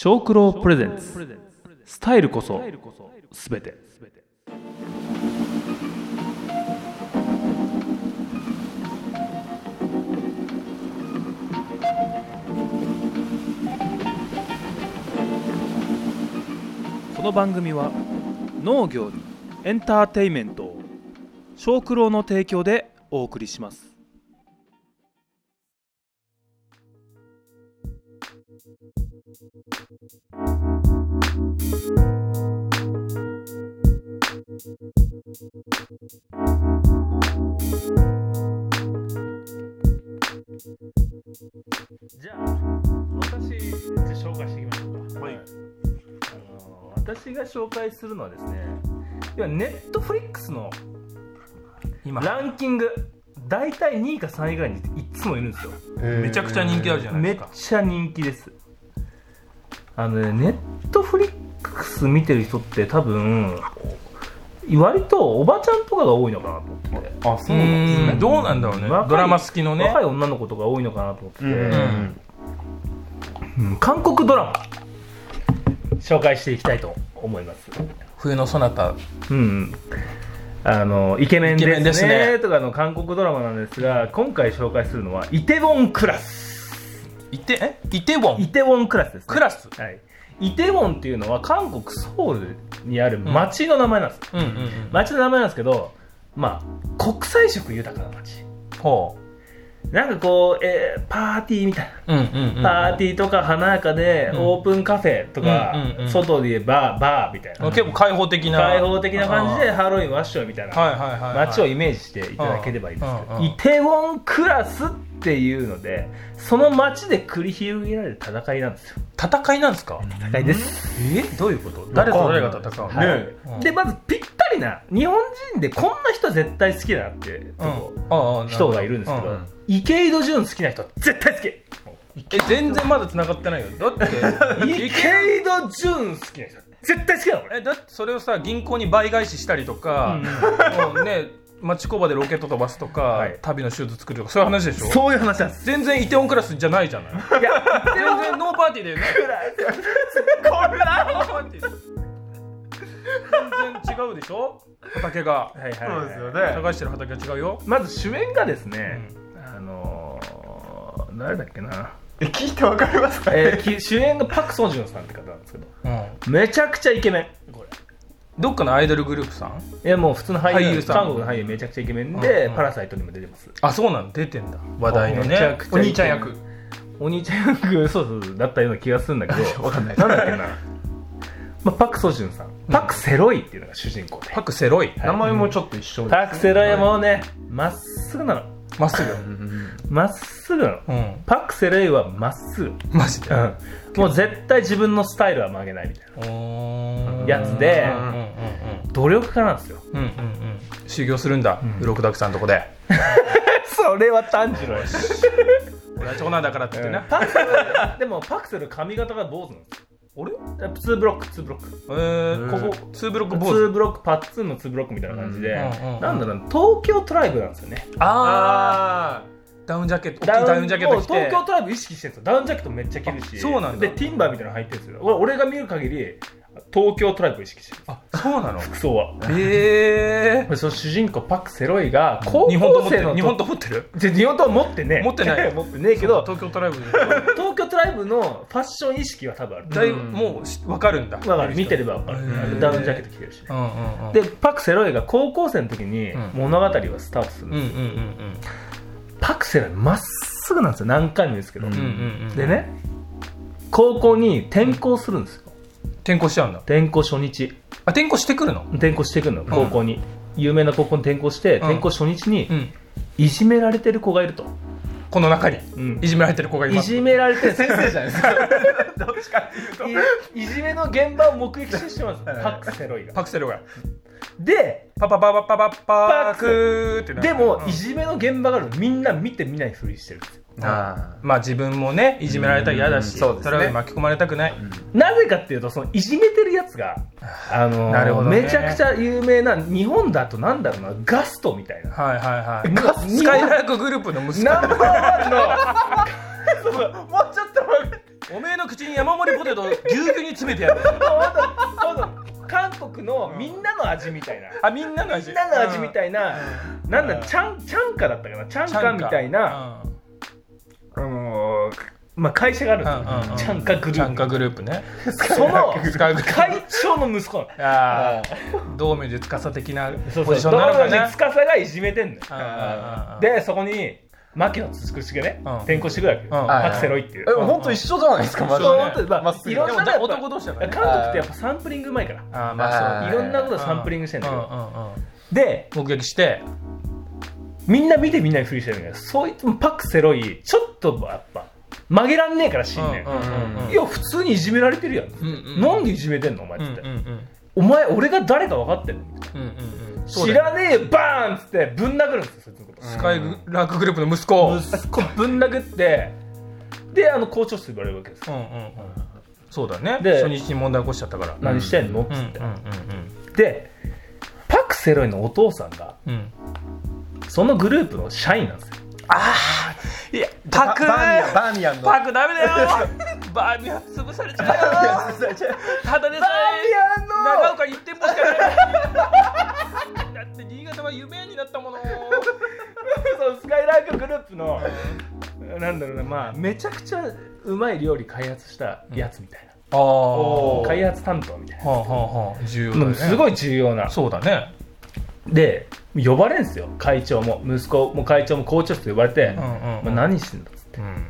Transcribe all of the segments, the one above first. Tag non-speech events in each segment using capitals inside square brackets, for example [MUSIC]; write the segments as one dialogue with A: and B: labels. A: 小九郎プレゼンツスタイルこそすべてこの番組は農業にエンターテインメントを小九郎の提供でお送りしますじゃあ私紹介していきましょうか
B: はい、
A: あの私が紹介するのはですね今ネットフリックスの
C: 今
A: ランキング大体2位か3位ぐらいにいっつもいるんですよ
C: めちゃくちゃ人気あるじゃない
A: め
C: で
A: っ
C: すか
A: ちゃ人気ですあのねネットフリックス見てる人って多分割とおばちゃんとかが多いのかなと思ってて、
B: ゃあそううなんです
C: ー
B: ね
C: んどうなんだろうね
A: 若い
C: ドラマ好きのね
A: 若い女の子とか多いのかなと思ってて、
B: うん
A: うん韓国ドラマ紹介していきたいと思います
C: 冬のそなた
A: うん、あのイケメン
C: イケメン
A: で
C: ですす
A: ね
C: ね
A: とかの韓国ドラマなんですが今回紹介するのはイテウォンクラス
C: イテえイテウォ
A: イ
C: ン
A: テウォンクラスです、ね、
C: クラス
A: はいイテウォンっていうのは韓国ソウルにある町の名前なんです、
C: うんうんうん
A: 町の名前なんですけどまあ国際色豊かな町
C: ほ
A: なんかこう、えーパーティーみたいな
C: ううんうんうん
A: パーティーとか華やかで、
C: うん
A: オープンカフェとか、
C: うんうんうん
A: 外で言えばバーみたいな、
C: 結構開放的な
A: 開放的な感じで
C: あ
A: ハロウィンワッショイみたいな
C: ーはいはいはいはい
A: 街をイメージしていただければいいんですけ
C: うん
A: ど、
C: うんうん
A: イテウォンクラスっていうのでその街で繰り広げられる戦いなんですよ
C: 戦いなんですか
A: 戦いです
C: えどういうこと誰と誰が戦うの
B: ね
A: はい
B: え
C: うん
A: でまずぴったりな日本人でこんな人絶対好きだなってとこ
C: うんああ
A: 人がいるんですけど、
C: うう
A: 池井戸潤好きな人は絶対好き
C: え全然まだ繋がってないよ
A: [LAUGHS]
C: だって
A: 池井戸潤好きな人は絶対好きだ俺
C: えだってそれをさ銀行に倍返ししたりとか、もうね町工場でロケット飛ばすとか、
A: はい
C: 旅のシューズ作るとかそういう話でしょ
A: そういう話なんです
C: 全然イテオンクラスじゃないじゃない
A: い
C: [LAUGHS]
A: や
C: 全然ノーパーティーだよね
A: これだ
C: ノーパーティー全然違うでしょ畑が
A: はいはい、はい、
B: そうですよね
C: 探してる畑が違うよ
A: まず主演がですね、あのー、誰だっけな
B: え聞いてわかりますか
A: えーき [LAUGHS] 主演がパク・ソンジュンさんって方なんですけどめちゃくちゃイケメンこ
C: どっかのアイドルグループさん
A: れいやもう普通の俳優
C: 俳優さん
A: 韓国の俳優めちゃくちゃイケメンで、
C: うんうん
A: パラサイトにも出てます
C: あそうなの出てんだ話題の
A: めちゃ
C: ね
A: くちゃ
B: お兄ちゃん役
A: お兄ちゃん役そうそうそうだったような気がするんだけど
B: わかんない
A: なんだっけな、まあ、パク・ソジュンさんパク・セロイっていうのが主人公で、
C: パクセロイ
B: 名前もちょっと一緒です
A: パク・セロイはもうねまっすぐなの
C: まっす
B: うん
A: まっすぐなの
C: ぐうん
A: パク・セロイはまっすぐ、
C: マジで
A: うん、もう絶対自分のスタイルは曲げないみたいなやつで
C: うんうんうんうん
A: 努力家なんですよ
C: うんうんうん、修行するんだ、うろくだくさんのとこで
A: それは炭治郎 [LAUGHS] やし
C: 俺は長男だからって言ってな、
A: パクセルでもパクセル髪型が坊主なんです
C: 俺
A: よ2ブロック2ブロック
C: えー、
B: ん
C: ここツーブロック坊主
A: 2ブロックパッツンの2ブロックみたいな感じで、
C: うんうんうん
A: なんだろう東京トライブなんですよね
C: あ
B: あ
C: ーダウンジャケット大きいダウンジャケッ
A: も
C: ト
A: う
C: 着て
A: 東京トライブ意識してるんですよダウンジャケットめっちゃ着るし
C: あそうなんだ
A: でティンバーみたいなの入ってるんですよ俺俺が見る限り東京トライブを意識してる
C: あそうなの
A: 服装は
C: ええ
A: でその主人公パク・セロイが高
C: [LAUGHS] ー、日本と
A: 校
C: 持って
A: 生
C: る
A: の
C: 日本
A: と
C: と持ってる
A: じゃ日本刀持ってねえ
C: 持ってない
A: 持ってねえけど
C: 東京トライブで
A: 東京トライブのファッション意識は多分ある
C: だいぶ
B: うん
C: もうし分かるんだ
A: わかる見てれば分か
C: へ
A: る
C: ー
A: ダウンジャケット着てるしね
C: うんうんうん
A: でパク・セロイが高校生の時に
C: うん
A: 物語をスタートするん
C: うんう
A: です、
C: んうん
A: パク・セロイまっすぐなんですよ何回も言うんですけど、
B: うん
C: うんうんうん
A: でね高校に転校するんですよ
C: 転校しちゃうんだ
A: 転校初日
C: あ転校してくるの
A: 転校していくの高校に、有名な高校に転校して
C: ん
A: 転校初日に
C: うん
A: いじめられてる子がいると、
C: この中に
A: うん
C: いじめられてる子がい
A: い
C: ます
A: じめられてる
B: 先生じゃないですかどっちかっていうと
A: いいじめの現場を目撃してし [LAUGHS] まうんですパク・セロイが
C: パクセロが
A: で
C: パパパパパパパ
A: パク
C: クってなる
A: でも
C: うん
A: いじめの現場があるのみんな見て見ないふりしてるんですよ
B: あ
C: まあ自分もねいじめられたら嫌だ
B: う
C: し
B: んそうですね
C: れに巻き込まれたくない、
A: なぜかっていうとそのいじめてるやつが、あのー
C: なるほどね
A: めちゃくちゃ有名な日本だとなんだろうなガストみたいな
C: はいはい
A: ガ
C: は
A: ス
C: いスカイラークグループの息子
A: [LAUGHS] ナンバーワンの
B: あもうちょっと
C: おめえの口に山盛りポテトぎゅうぎゅうに詰めてやる
A: 韓国のみんなの味みたいな、
C: あみんなの味
A: みんなの味み
C: い
A: たいな、なんだチャンチャンカだったかなチャンカみたいな、あのーまあ、会社があるんですよ、チャンカグル
C: チャ
A: ー
C: ンカグループね
A: プその
C: 使う
A: [LAUGHS] 会長の息子なの
C: ああ道明寺司的な
A: そう
C: ポジシ
A: そ
C: ョ
A: う
C: ンなの
A: 堂
C: か
A: に
C: な
A: 司がいじめてんのよ
C: うんうんうん
A: でそこに牧野つくしがね
C: うん
A: 転校してくるわけよ
C: うん
A: パクセロイっていう
B: え本当一緒じゃないですかマジ
A: そう
B: で
A: 本当にまあ
B: まっすぐ
A: いろん
C: で
A: な
C: もだ男同士だから
A: 韓
C: ね
A: 国ってやっぱサンプリングうまいから
C: あーまあそう
A: いろんなことサンプリングしてんだけど
C: ど
A: で
C: 目撃して
A: みんな見てみんないふりしてるんだけどそういつもパクセロイちょっとやっぱ曲げらんねえから信念
C: うんうんうんうん
A: いや普通にいじめられてるやん
C: うんうん
A: なんでいじめてんのお前っ
C: うん
A: つ
C: う
A: っ
C: ん
A: て
C: うんうん
A: お前俺が誰か分かってんの
C: うんうん
A: 知らねえよバーンっつってぶん殴るんですよそいつのこと
C: スカイラークグループの息子を
A: 息子ぶん殴ってであの校長室に言われるわけですよ
C: うんうんうんそうだね
A: で
C: 初日に問題起こしちゃったからうん
A: 何してんのっつ
C: うん
A: って、
C: うん
A: でパク・セロイのお父さんが
C: うんうん
A: そのグループの社員なんですよ
C: いや
B: バ
C: パク
B: バーミヤンバ
C: パクダメだよ
A: [LAUGHS]
C: バーミヤン潰されちゃうよ
B: ーミヤンの
C: ただでさえ長岡に1店舗しかない [LAUGHS] だって新潟は夢になったもの
A: [LAUGHS] そうスカイラークグループのなんだろうなまあめちゃくちゃうまい料理開発したやつみたいな、
C: ああは
A: 開発担当みたい
C: あはあはあ重要だ
A: な、
C: ね
A: すごい重要な
C: そうだね
A: で呼ばれんすよ会長も息子も会長も校長室呼ばれて、
C: うんうんうん
A: まあ、何してんだっつって
C: うん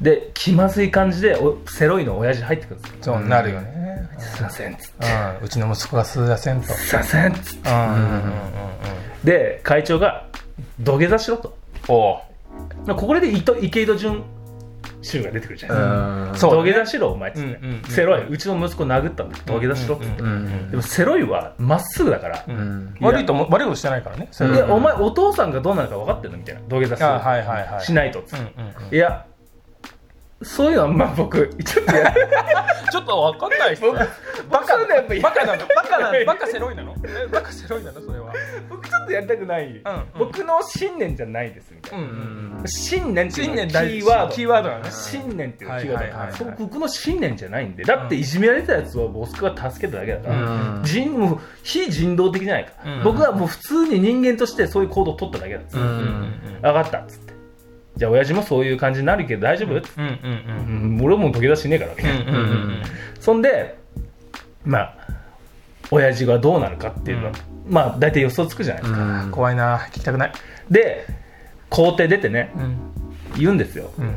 A: で気まずい感じでおセロイの親父入ってくるんですよ
C: そうなるよね
A: すいませんっつって
C: うんうちの息子が吸うやせんと
A: すいませんっつって
C: うんうんうんうん
A: で会長が土下座しろと
C: おう
A: まあここで糸池井戸潤衆が出てくるじゃないですか、
B: うん
C: そ
A: 土
C: う
A: 下座しろお前っつって、
C: うんうんうん
A: セロイうちの息子殴ったんだ土下座しろっつって、
C: うん
B: うん
A: でもセロイはまっすぐだから、
C: う
B: うんん
C: 悪いとも悪いことしてないからねそれ
A: いや
B: うん
A: お前お父さんがどうなるか分かってんのみたいな土下座する
C: あはいはいはい
A: しないとっつ
C: う
A: っ
C: ん
A: て、
C: うんうん
A: いやそういうのはまあ僕ちょっとや
C: ちょっとわかんないっすね
A: 僕バカなやっぱ
C: [LAUGHS] バカなのバカ [LAUGHS] なのバカセロイなのえバカセロイなのそれは
A: 僕ちょっとやりたくない、
C: うん
A: 僕の信念じゃないですみたいな、
C: うんう
B: うんん
A: 信念っていう
C: 信
A: のが
C: 念
A: キ
C: 大
A: ー
C: 事
A: ワード
C: キーワードだね
A: 信念っていうキーワードだか
C: はいはいはいは
A: ら
C: い
A: それ僕の信念じゃないんでだっていじめられたやつをボスクは助けただけだから、
B: うん
A: 人もう非人道的じゃないか、
C: うん
A: 僕はもう普通に人間としてそういう行動を取っただけだっつって、
B: う
A: 分
B: ん
A: かったっつってじゃあ親父もそういう感じになるけど大丈夫、
C: うんうん
A: うん俺はもう土下座しねえから、
C: うんうんうんうんうん
A: そんでまあ親父がどうなるかっていうのは、まあ大体予想つくじゃないですか、
B: うん
C: 怖いな聞きたくない
A: で校庭出てね
C: うん
A: 言うんですよ
C: うん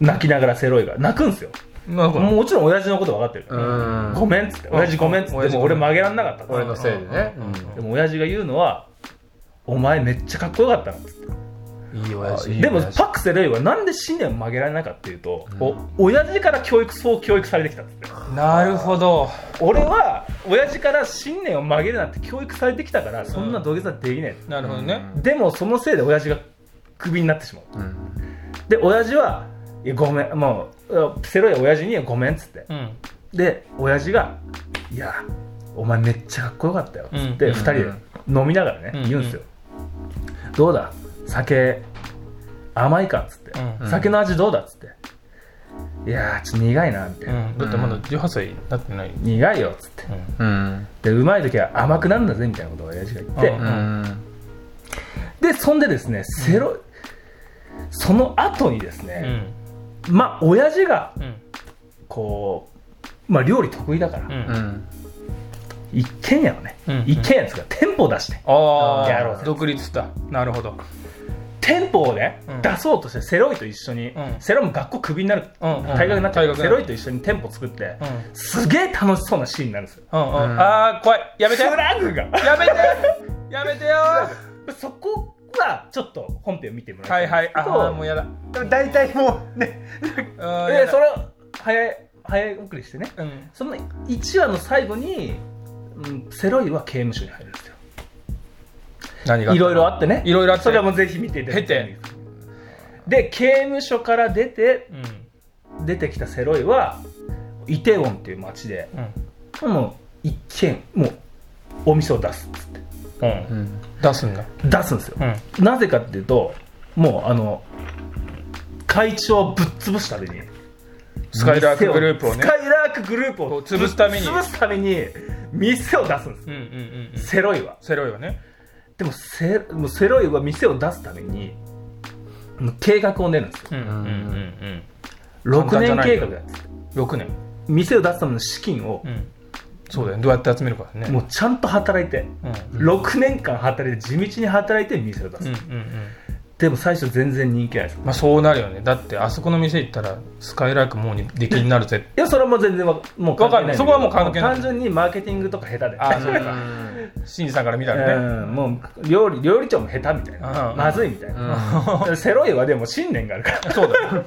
A: 泣きながらセロイが泣くんですよ
C: なるほど
A: もちろん親父のこと分かってるから、
B: うん
A: ごめんっつって
C: うん
A: 親父ごめんっつって
C: 親
A: で
C: 父
A: も
C: ごめ
A: 俺
C: ん
A: 曲げらんなかったっつって
B: 俺のせいでね
C: うん
A: でも親父が言うのはお前めっちゃかっこよかったなっつって
B: いい親父
A: でもパク・セレイはなんで信念を曲げられなかったっていうと、お親父から教育そう教育されてきたっつって
C: なるほど
A: 俺は親父から信念を曲げるなんて教育されてきたからそんな土下座できない、
C: なるほどね
A: でもそのせいで親父がクビになってしまう
B: うん
A: で親父はいやごめんもうセロイは親父にごめんっつって
C: うん
A: で親父が「いやお前めっちゃかっこよかったよ」っつって
C: うん
A: 2人で飲みながらね、
C: うん
A: 言うんですよ、どうだ酒甘いか」っつって、
C: うん
A: 酒の味どうだ」っつって「いやーちょっと苦いな」みた
C: う
A: いな、
C: んだってまだ18歳になってない
A: 苦いよ」っつって
B: うん
A: でうまい時は甘くなんだぜみたいなことを親父が言って、
C: うん
B: うん
A: でそんでですねセロ、その後にです
C: う
A: ね、
C: ん
A: まあ親父が
C: うん
A: こうまあ料理得意だから、
C: うん
B: うん
A: 一軒家をね、
C: うん
A: 一軒家ですから店舗を出して
C: あ
A: やろう
C: あ
A: ぜ
C: 独立したなるほど
A: 店舗をね、
C: うん
A: 出そうとしてセロイと一緒に、
C: うん
A: セロイも学校クビになる、
C: うんうん
A: 退学になっちゃ
C: 退
A: う
C: 学
A: セロイと一緒に店舗作って、すげえ楽しそうなシーンになるんですよ
C: うんうん
B: うん
C: ああ怖いやめて
A: フ
C: や
A: ラグが
C: めてやめてよ
A: そこはちょっと本編を見てもら
C: はいい
A: た
C: はい
A: ん
C: い
A: ですけど
C: ああもうやだ
B: でも大体もうね
C: うんや
A: で
C: だ
A: それを早い早送りしてね
C: うん
A: その1話の最後に、うん、セロイは刑務所に入るんですよ
C: 何
A: いろいろあってね
C: いろいろあって
A: それはもうぜひ見ていただきたいんですけどで刑務所から出て
C: うん
A: 出てきたセロイはイテウォンっていう街で
C: うん
A: もう一軒もうお店を出す
C: うん
B: うん
C: 出すんだ
A: 出すんですよ
C: う、ん
A: なぜかっていうともうあの会長をぶっ潰すために
C: スカイラークグループをね
A: スカイラークグループ
C: こう
A: を
C: 潰すために
A: 潰すために店を出すんです、
C: うんうんうんうん
A: セロイは
C: セロイはね
A: でもセもうセロイは店を出すためにもう計画を練るんですよ
C: うんうんうん簡
A: 6
C: 単じ
A: 年
C: ゃない
A: 計画なんです
C: うん6年
A: 店を出すための資金を
C: うんそうだよねどうやって集めるかね
A: もうちゃんと働いて
C: うん
A: 6年間働いて地道に働いて店を出す、
C: うんうんうん
A: でも最初全然人気ないです
C: まあそうなるよねだってあそこの店行ったらスカイラークもうに出禁になるぜ
A: いやそれはもう全然わもう
C: わかん
A: な
C: ないいそこはもう関係ない
A: 単純にマーケティングとか下手で
C: [LAUGHS] あそう
B: う
C: か
B: ん
C: シンジさんから見たらね
A: うん、もう料理料理長も下手みたい
C: あ
A: な
C: ー
A: まずいみたいな、
C: う
A: セロイはでも信念があるから、
C: そうだよ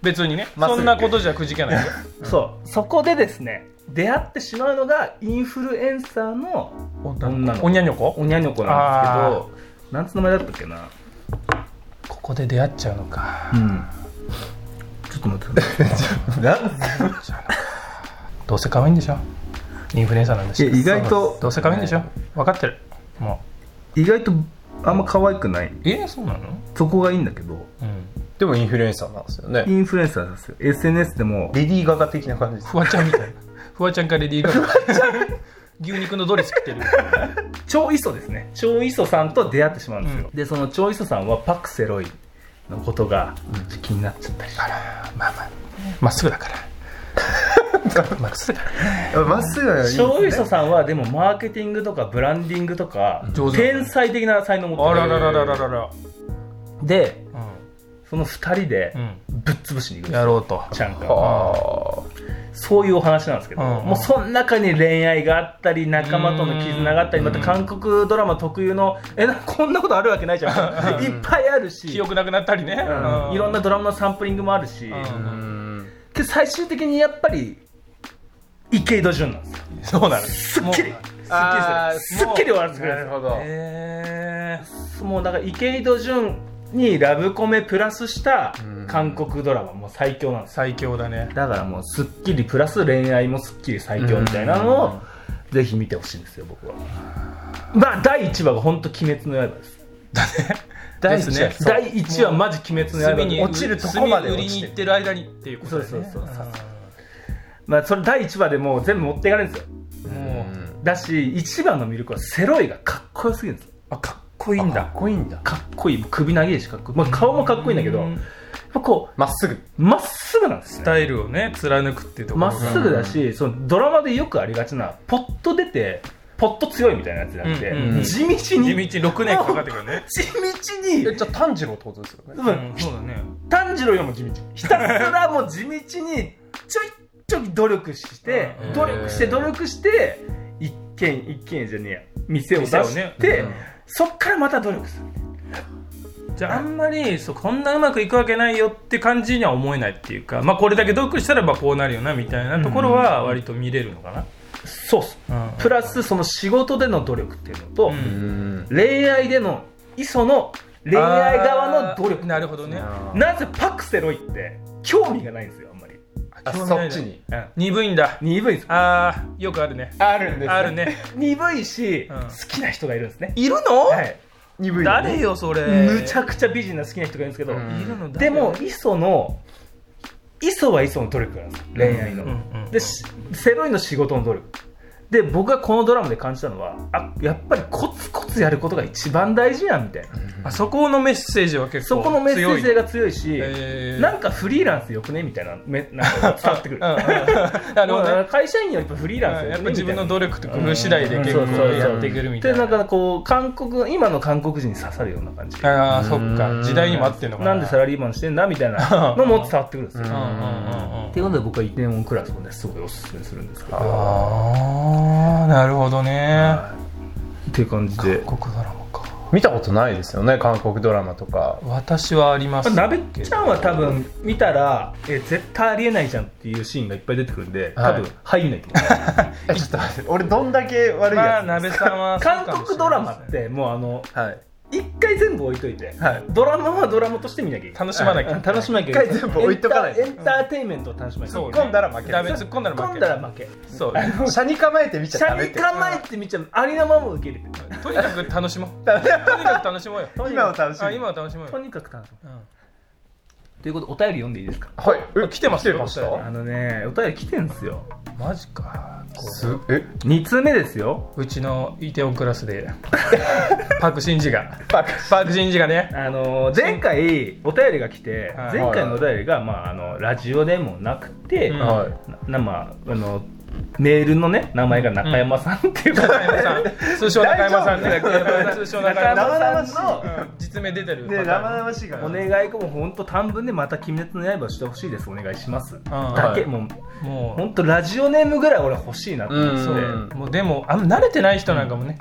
C: 別にね
B: まっす
C: そ
B: ぐ
C: んなことじゃくじけないよ
A: そうそこでですね出会ってしまうのがインフルエンサーの女の子
C: おにゃにょこ
A: おにゃにょこなんですけどなんつう名前だったっけな
C: ここで出会っちゃうのか
A: うんちょっと待ってくださ
B: なん
C: どうせ可愛いんでしょインフルエンサーなんでし
A: いいや意外と
C: どうせ可愛いんでしょ分かってるも
A: 意外とあんま可愛くないう
C: えそうなの
A: そこがいいんだけど
C: うん
B: でもインフルエンサーなんですよ
A: イ
B: ね
A: ンフルエンサーなんですよ SNS でも
B: レディー・ガガ的な感じです
C: フワちゃんみたいなフワちゃんかレディーガガ牛肉のドレス着てる
A: 超イソですね超イソさんと出会ってしまうんですよ、でその超イソさんはパクセロイのことが気になっちゃったりして、
C: まあまあまっすぐだからまっすぐだから
B: まっすぐはいいですね
A: 超イソさんはでもマーケティングとかブランディングとか
C: 上手だね
A: 天才的な才能を持
C: あ
A: って
C: ら
A: る
C: らららららら
A: で
C: う
A: その2人で
C: ん
A: ぶっ潰しに行く
C: うん
A: んです
C: やろうと
A: ちゃんか
B: は
A: そういうお話なんですけど、
C: うんうん
A: もうその中に恋愛があったり仲間との絆があったり
C: うん
A: また韓国ドラマ特有のえなこんなことあるわけないじ
C: [LAUGHS]
A: ゃんいっぱいあるし
C: 記憶なくなったりね
A: うんいろんなドラマのサンプリングもあるし、
C: うん
B: あうん
A: で最終的にやっぱり池井戸潤なんですよ
C: そうなの
A: すっきり
C: もう
B: あー
A: すっきり終わらせてくれ
B: な
A: るん
B: る
A: で
B: ほど
C: え
A: すもうだから池井戸潤にラブコメプラスした
B: うん
A: 韓国ドラマもう最強なんですよ
C: 最強だね
A: だからもうすっきりプラス恋愛もすっきり最強みたいなのをぜひ見てほしいんですよ僕はまあ第1話が本当鬼滅の刃です
C: 大
B: ですねそう
A: 第1話マジ鬼滅の刃で
B: 落ちるとこまで
C: 売
B: 落
C: りに
B: ちてる
C: 行ってる間にっていうことだよね
A: そうそうそうそうまあ、それ第1話でもう全部持っていかれるんですよ
C: もう
A: だし一番の魅力はセロイがかっこよすぎるんですよ
B: あかっこいい
A: んだ
B: かっこいいんだ
A: かっこいい首長いしかっこいい、まあ、顔もかっこいいんだけど、
C: う
A: やっぱこう
B: まっすぐ
A: まっすぐなんです
C: ス
A: ね
C: タイルをね貫くっていうとこ
A: ま
C: ろ
A: っ
C: が
A: すぐだし、そのドラマでよくありがちなポッと出てポッと強いみたいなやつじゃなくて、
C: うん
B: うんうん
A: 地道に地
C: 地
A: 道
C: 道
A: に
C: 6年かかってくるね
B: えじゃあ炭治郎ってことですよね
A: うん
C: そうだね
A: 炭治郎よりも地道ひたすらもう地道にちょいちょい努力して
C: うん
A: 努力して
B: へー
A: 努力して一軒一軒じゃねえや店を出
C: 店を
A: し
C: ね
A: て、
B: うん
A: そっからまた努力する
C: じゃああんまりそうこんなうまくいくわけないよって感じには思えないっていうかまあこれだけ努力したらばこうなるよなみたいなところは割と見れるのか
A: そうっす
C: な、うん
A: プラスその仕事での努力っていうのと、
C: うん
B: ん
A: 恋愛での磯の恋愛側の努力
C: あーなるほどね
A: なぜパクセロイって興味がないんですよあんまり、
B: あ
C: 興味
B: そ
C: ない
B: っ
C: な
B: ちに
C: 鈍いんだ
A: 鈍いんです
C: あーよくあるね
B: あるんです
C: あるね
A: 鈍いし、
C: うん
A: 好きな人がいるんですね、
C: いるの、
A: はい、
B: 鈍いよね
C: 誰よそれ
A: むちゃくちゃ美人な好きな人がいるんですけど、
B: うん
C: いるの
A: で
C: 誰
A: も磯の磯は磯の努力なんですよ恋愛の、
C: うんうんうん
A: でしセロイの仕事の努力で僕がこのドラマで感じたのはあやっぱりコツコツやることが一番大事やんみたいな、
C: あそこのメッセージは結構
A: そこのメッセージ [LAUGHS] 性が強いし、
C: えー
A: なんかフリーランスよくねみたいなめなんか伝わってくる
C: [LAUGHS] うんうんうんなるほどね
A: まあ会社員よりやっぱフリーランスよくね
C: やっぱ自分の
A: みたいな
C: 努力と工夫次第で結構
A: うんそうそうそう
C: やっていけるみたい
A: で
C: な
A: なんかこう韓国今の韓国人に刺さるような感じ
C: ああそっ
B: う
C: か
B: ん
C: 時代にも合ってるのかな
A: なんでサラリーマンしてんだみたいなの [LAUGHS] も伝わってくるんですよ
B: う
C: うんうんうんうん
A: っていうことで僕はイテウォンクラスをねすごいおすすめするんですけど
C: ああなるほどね
A: っていう感じで
C: 韓国ドラマか
B: 見たことないですよね韓国ドラマとか
C: 私はあります
A: なべちゃんは多分見たらえ絶対ありえないじゃんっていうシーンがいっぱい出てくるんで多分
B: はい
A: 入んないと思う、
B: えちょっと待って俺どんだけ悪い
C: まあ
B: や
C: なべさんはそうかもしれない
A: 韓国ドラマってもうあの
B: つはい
A: 一回全部置いといて、
B: はい
A: ドラマはドラマとして見なきゃいけない
C: 楽しまなきゃ
A: うん楽しまなきゃいけない
B: 一回全部置いとかないと
A: エンターエンターテインメントを楽しまなきゃい
C: そ
A: け
C: う
A: ない
C: ね
B: 突っ込んだら負け
C: ダメ突っ込んだら
A: 突っ込
C: 負
A: ん
C: け
A: だら負け
C: そう
B: 車に構えて見ちゃ
A: 車
B: ダメっ
A: に
B: て
A: 構えて見ちゃうありのまま受ける
C: とにかく楽しもうとにかく楽しもうよ
A: とに
B: 今を
A: か
B: 楽し
C: あ
B: む
C: 今は楽しもう
A: くと
C: よ、
A: にかく楽しむ
C: うん
A: ということでお便り読んでいいですか
B: はいえ
C: 来てますよ
B: 来てまし
C: お便
A: あ
B: た
A: のねお便り来てんすよ
C: マジか
B: すえ
A: 2通目ですよ
C: うちのイテオンクラスでパク・シンジが
B: バカ
C: パク・シンジ
A: [LAUGHS]
C: がね
A: あの前回お便りが来て、
C: はい
A: 前回のお便りが、まあ、あのラジオでもなくて、
C: うん
A: な
B: はい
A: まああのメールのね名前が中山さんって [LAUGHS] いう方、
C: 中山さん通称中山さん
A: 大
C: ね
A: 丈夫
C: 通称中山さん
B: 々し
C: う
B: い
C: ん実名出てる
B: で生々しいから
A: お願いも本当短文でまた「鬼滅の刃」してほしいですお願いします、だけ
C: う
A: もうん
C: もう
A: 本当ラジオネームぐらい俺欲しいなって思って、
B: うん
A: で
B: うん
C: もうでもあんま慣れてない人なんかもね、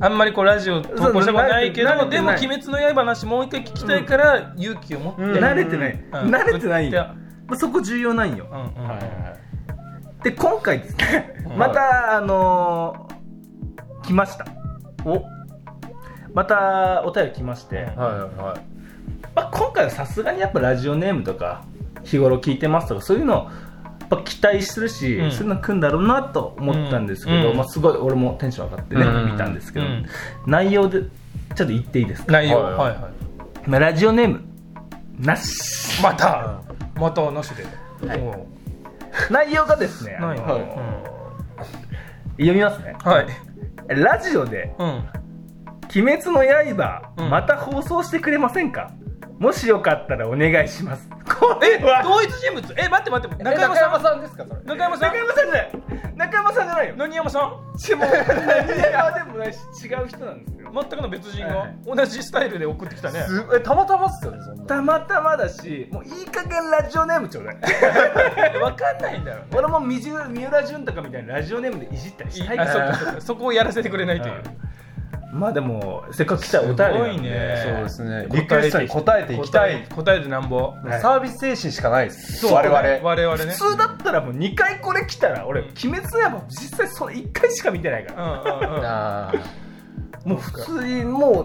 C: あんまりこうラジオ投稿したことないけど
A: そう慣れて
C: でも
A: 慣れ
C: 「鬼
A: てない
C: 滅の刃」話もう一回聞きたいから勇気を持って、
B: うん
A: 慣れてない、
C: うん
A: 慣れてないんよ
C: う、
A: まあそこ重要なんよ、
C: うんうんうん
A: で今回ですね
C: うん
A: またあのー来ましたおまたお便り来まして、
C: うん
B: はいはいはい
A: まあ、今回はさすがにやっぱラジオネームとか日頃聞いてますとかそういうのをやっぱ期待するし、
C: うん
A: そういうの来るんだろうなと思ったんですけど、
C: うん
A: まあ、すごい俺もテンション上がってね、
B: う
A: 見
B: ん
A: たんですけど、
C: うん
A: 内容でちょっと言っていいですか、
C: 内容
B: はい
C: はいは
A: まあ、ラジオネームなし
C: いまたまたなしで、
A: はい
C: おう
A: 内容がですね、あの
C: ない
B: はい
A: 読みますね
C: はい
A: ラジオで
C: うん
A: 「鬼滅の刃」
C: うん
A: また放送してくれませんか、もしよかったらお願いしますこ
C: え
A: れは
C: 同一人物え待って待って中山
B: え
C: さん
B: さんですかそれ
C: 中山さん
A: 中山さんじゃない中山さんじゃないよ
C: 何山さん
A: でも何山でもないし違う人なんですよ
C: 全くの別人
A: は
C: が
A: い
C: 同じスタイルで送ってきたね
B: すえたまたまっすよねそんな
A: たまたまだしもういい加減ラジオネームちょうだい
C: 分かんないんだよね
A: 俺も三浦三浦淳とかみたいなラジオネームでいじったり
C: い
A: したいか
C: あそっからそっかそこをやらせてくれないという
A: まあでもせっかく来たお便りなん
C: すごいね
B: そうですね
C: 答えて
B: リクエストに答えていきたい
C: 答えてなんぼ
A: え
B: サービス精神しかないです
C: そう
B: 我々
C: 我々ね
A: 普通だったらもう2回これ来たら俺
C: うん
A: 「鬼滅の刃」実際それ1回しか見てないか
C: う
A: ら
C: んうんうん
B: あ
A: もう普通にも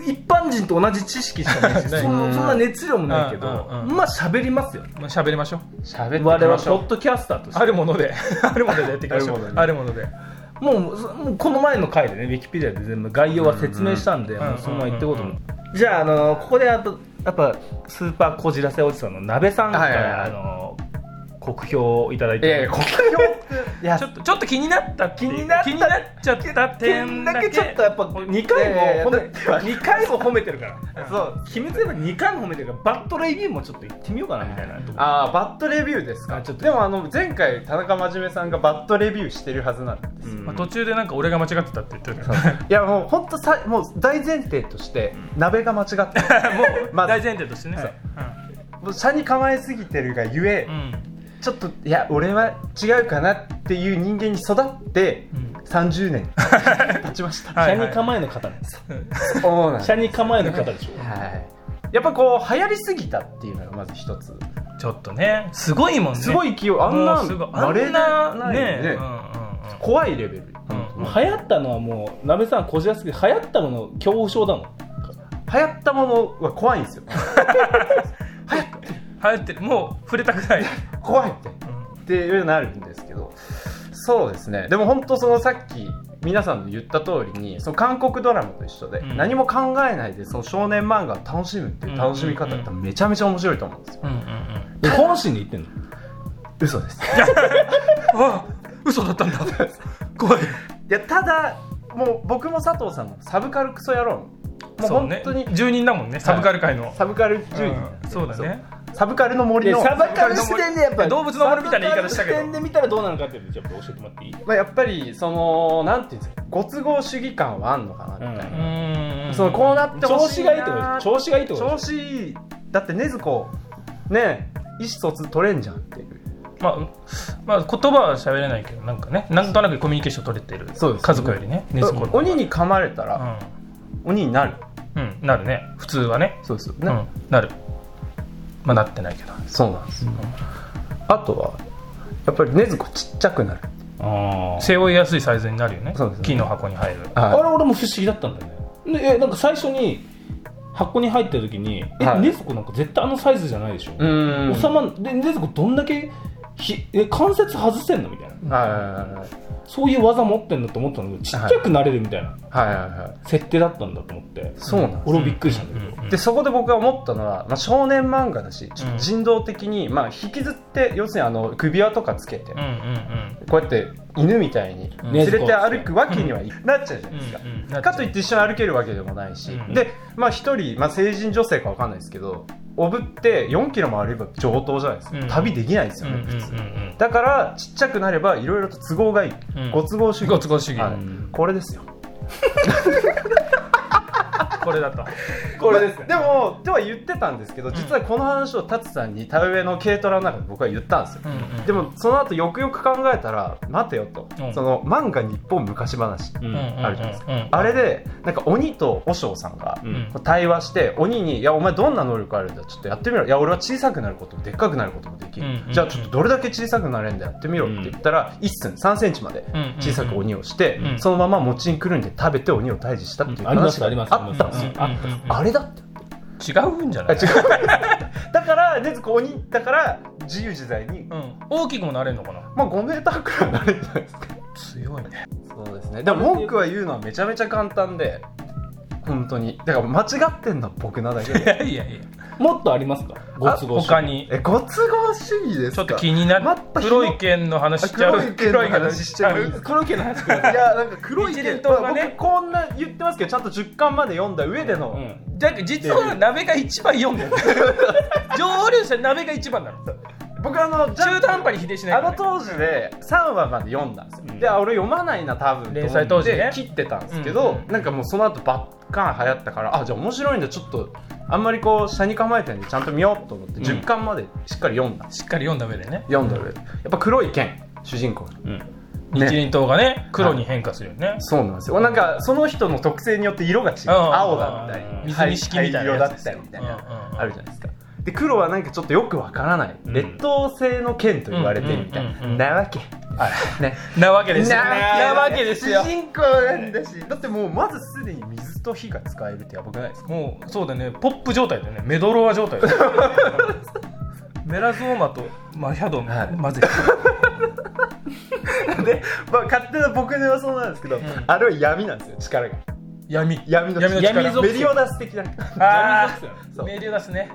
A: う一般人と同じ知識しかないし
C: ない
A: そんそんな熱量もないけど
C: うんうんうん
A: まあ喋りますよ
C: まあ喋りましょう
B: 喋っていき
A: 我々
B: ま
A: は
B: し
A: ポ
B: ょ
A: ッドキャスターとして
C: あるものであるものでやっていきましょ
B: あるもの
C: う
B: で
C: あるもので
A: もうそもうこの前の回でね、ウィキペディアで全部概要は説明したんで、
C: んうん
A: もうそのまま言ってこうと思う。
C: うん
A: じゃあ、あのここであとやっぱスーパーこじらせおじさんの鍋さんから、
B: はいはいはい
A: あの酷評をいただいう
B: いや
A: て
B: いや、こ
A: [LAUGHS] いや
C: ちょっとちょっと気になったっていう
A: 気になった
C: 気になっちゃった点
A: 点
C: だ
A: だ
C: け
A: けちょっとやっぱ2回
B: いやいやいや
A: も褒め
B: だっては
A: 2回も褒めてるから
B: そう
A: 鬼滅の刃2回も褒めてるからバットレイビューもちょっと行ってみようかなみたいなと思
B: ああバッドレビューですか
A: あちょっと
B: でもあの前回田中真面目さんがバッドレビューしてるはずなんで
A: って、
C: まあ、途中でなんか俺が間違ってたって言ってる [LAUGHS] から
B: いやもう本当さもう大前提として鍋が間違ってる
C: [LAUGHS] もう
B: まず
C: 大前提としてね、
B: そう
C: う
B: もう車に構えすぎてるがゆえ、
C: ん
B: ちょっといや俺は違うかなっていう人間に育って
C: うん
B: 30年
C: [LAUGHS]
B: 経ちました
C: はいは
A: 社に
C: い
A: 構えの方なんです
B: そうなんです
A: 社に構えの方でしょ
B: はいやっぱこう流行りすぎたっていうのがまず一つ
C: ちょっとねすごいもんね
B: すご
C: い
B: い勢いあんな
C: すごいあ
B: まれ
C: んな
B: で
C: ね
B: いよ
C: うんうんうん
B: 怖いレベル、
C: うん
A: もう流行ったのはもう鍋さんこじらせて流行ったもの恐怖症だもん
B: 流行ったものは怖いんですよ流行っ
C: 流行ってるもう触れたくない、
B: 怖いって
C: うん
B: っていうなるんですけどそうですねでも本当そのさっき皆さんの言った通りにその韓国ドラマと一緒で、
C: うん
B: 何も考えないでその少年漫画を楽しむっていう楽しみ方ってめちゃめちゃ面白いと思うんですよ、
C: うんうんうん
A: 本心で言ってんの
B: 嘘です
C: あ嘘だったんだ怖い
B: いやただもう僕も佐藤さんもサブカルクソ野郎もう
C: そう
B: 本
C: ね
B: 当に
C: 住人だもんねサブカル界の、
B: サブカル10
C: うんそうだね
B: サブカルの森
A: いや
B: の
A: サバカル視点でやっぱ
C: 動物の森みたいな言い方したけ
A: サバカ
C: ど
A: ル視点で見たらどうなのかっていうのちょっと教えてもらっていい
B: まあ、やっぱりそのなんていうんですかご都合主義感はあんのかなみたいな、
C: うん
B: そのこうなってほ
A: 調
B: し
A: 子
B: い
A: がいいってこと
B: な
A: でしょ調子がいいってこと
B: 調
A: でし
B: 子いいだって禰豆子ねえ意思疎通取れんじゃんっていう
C: まあ、まあ、言葉は喋れないけどなんかねなんとなくコミュニケーション取れてる
B: そうです
C: 家族よりねねずこの方が
B: 鬼に噛まれた
C: う
B: ら、
C: ん
B: 鬼になる
C: うん、なるね普通はね
B: そうですよ
C: う
B: ね、
C: ん、なるまあなってないけど
B: そうなんです、あとはやっぱり禰豆子ちっちゃくなる
A: ょあ
C: 背負いやすいサイズになるよね
B: そうですね
C: 木の箱に入る
A: あれ俺も不思議だったんだよねでえなんか最初に箱に入った時にえ
B: はい
A: 禰豆子なんか絶対あのサイズじゃないでしょ
B: うーん
A: 収まんで禰豆子どんだけひえ関節外せんのみたいな
B: はいはい
A: そういう技持ってんだと思ったんだけどちっちゃくなれるみたいな
B: はいはいはいはい
A: 設定だったんだと思って、
B: そうなんです
A: 俺もびっくりしたんだけど、
C: ど
B: でそこで僕が思ったのは、まあ、少年漫画だしちょっと人道的に、まあ、引きずって要するにあの首輪とかつけて、
C: うんうんうん
B: こうやって犬みたいに
C: うん
B: 連れて歩くわけにはい、なっちゃうじゃないですか、
C: うんうん
B: かといって一緒に歩けるわけでもないし、
C: うん
B: で、まあ、一人、まあ、成人女性かわかんないですけどおぶって4キロも歩けば上等じゃないですか、
C: うん
B: 旅できないですよね、
C: うんうんうん
B: 普通
C: うん
B: だからちっちゃくなればいろいろと都合がいい、
C: うん
B: ご都合主義
C: ご都合主義
B: はい
C: うん
B: これですよ
C: これだと
B: これです、でもとは言ってたんですけど実はこの話を達さんに田植えの軽トラの中で僕は言ったんですよ、でもその後よくよく考えたら待てよと、
C: うん
B: その漫画日本昔話、
A: うん
B: あるじゃないです
C: か
B: あれでなんか鬼と和尚さんが
A: うん
B: こう対話して鬼に「いやお前どんな能力あるんだちょっとやってみろいや俺は小さくなることもでっかくなることもできる、
C: うんうんうん
B: じゃあちょっとどれだけ小さくなれんだやってみろ」って言ったら1寸3センチまで小さく鬼をして、
C: うん
B: そのまま餅にくるんで食べて鬼を退治したっていう
A: ありま
B: 話
A: し
B: が
A: た
B: あ
A: あ
B: っ
A: りました
B: たんですよ、
C: うんうんうん
B: ああれだって
C: 違うんじゃ
B: あ
C: な
B: 違
C: いう
B: [LAUGHS] だから禰豆子鬼だから自由自在に、
C: うん大きくもなれるのか
B: [LAUGHS]
C: な
B: まあ、5メーターくらいなるんじゃないですか
C: 強いね
B: そうですねでも文句は言うのはめちゃめちゃ簡単で本当にだから間違ってんだ僕なだけ
C: い
B: で
C: やいやいや
A: もっとありますかご都合主義
C: 他に
B: えご都合主義です
C: ちょ
B: か
C: っと気にな
B: ま
C: る
B: た広
C: 黒
B: い
C: い剣の話しちゃ
B: あ
C: う
B: 黒い剣の話しちゃう
A: 黒毛の話
B: いやなんか黒い
C: 一
B: 剣
C: 連刀がね
B: まあ僕こんな言ってますけどちゃんと10巻まで読んだ上での、
A: うん
C: だけど実は鍋が一番読んでる上流者鍋が一番なの
B: 僕あのジャン
C: 中途半端に否定しない
B: あ
C: から
B: の
C: ね
B: 当時で3話まで読んだんですよ、
A: うん
B: であ俺読まないな多分
C: 連載当時ね
B: と思って切ってたんですけど、
C: うんうん
B: なんかもうその後ばっかん流行ったからあじゃあ面白いんだちょっとあんまりこう下に構えてないんでちゃんと見ようと思って
A: ん
B: 10巻までしっかり読んだ、
C: しっかり読んだ上でね
B: 読んだ上でやっぱ黒い剣主人公の
C: 一
B: ね
C: 輪刀がね黒に変化するよね
B: そうなんですよなんかその人の特性によって色が違う
C: うん
B: 青だったり
C: うん水に色みたいな
B: 灰色
C: や
B: だ
C: つ
B: っ
C: です
B: た
C: よ
B: りみたいな
C: うんうんうん
B: あるじゃないですかで黒はなんかちょっとよくわからない
A: うん
B: 劣等生の剣と言われてるみたい
C: うんうんう
B: なん
C: うん
B: なわけね
C: なわけですよねなわけですよ
B: 主人公なんだしだってもうまずすでに水と火が使えるってやばくないですか
C: もうそうだねポップ状態だよねメドロワ状態だよね [LAUGHS] メラゾーマとマヒャドン
B: はい
C: 混ぜて
B: [LAUGHS] で、まあ、勝手な僕の予想なんですけど、
C: ん
B: あれは闇なんですよ力が
C: 闇
B: 闇の力
C: 闇の力
B: メリオダス的ななんか
C: あ
B: そ
C: あ
B: う
C: メリオダスね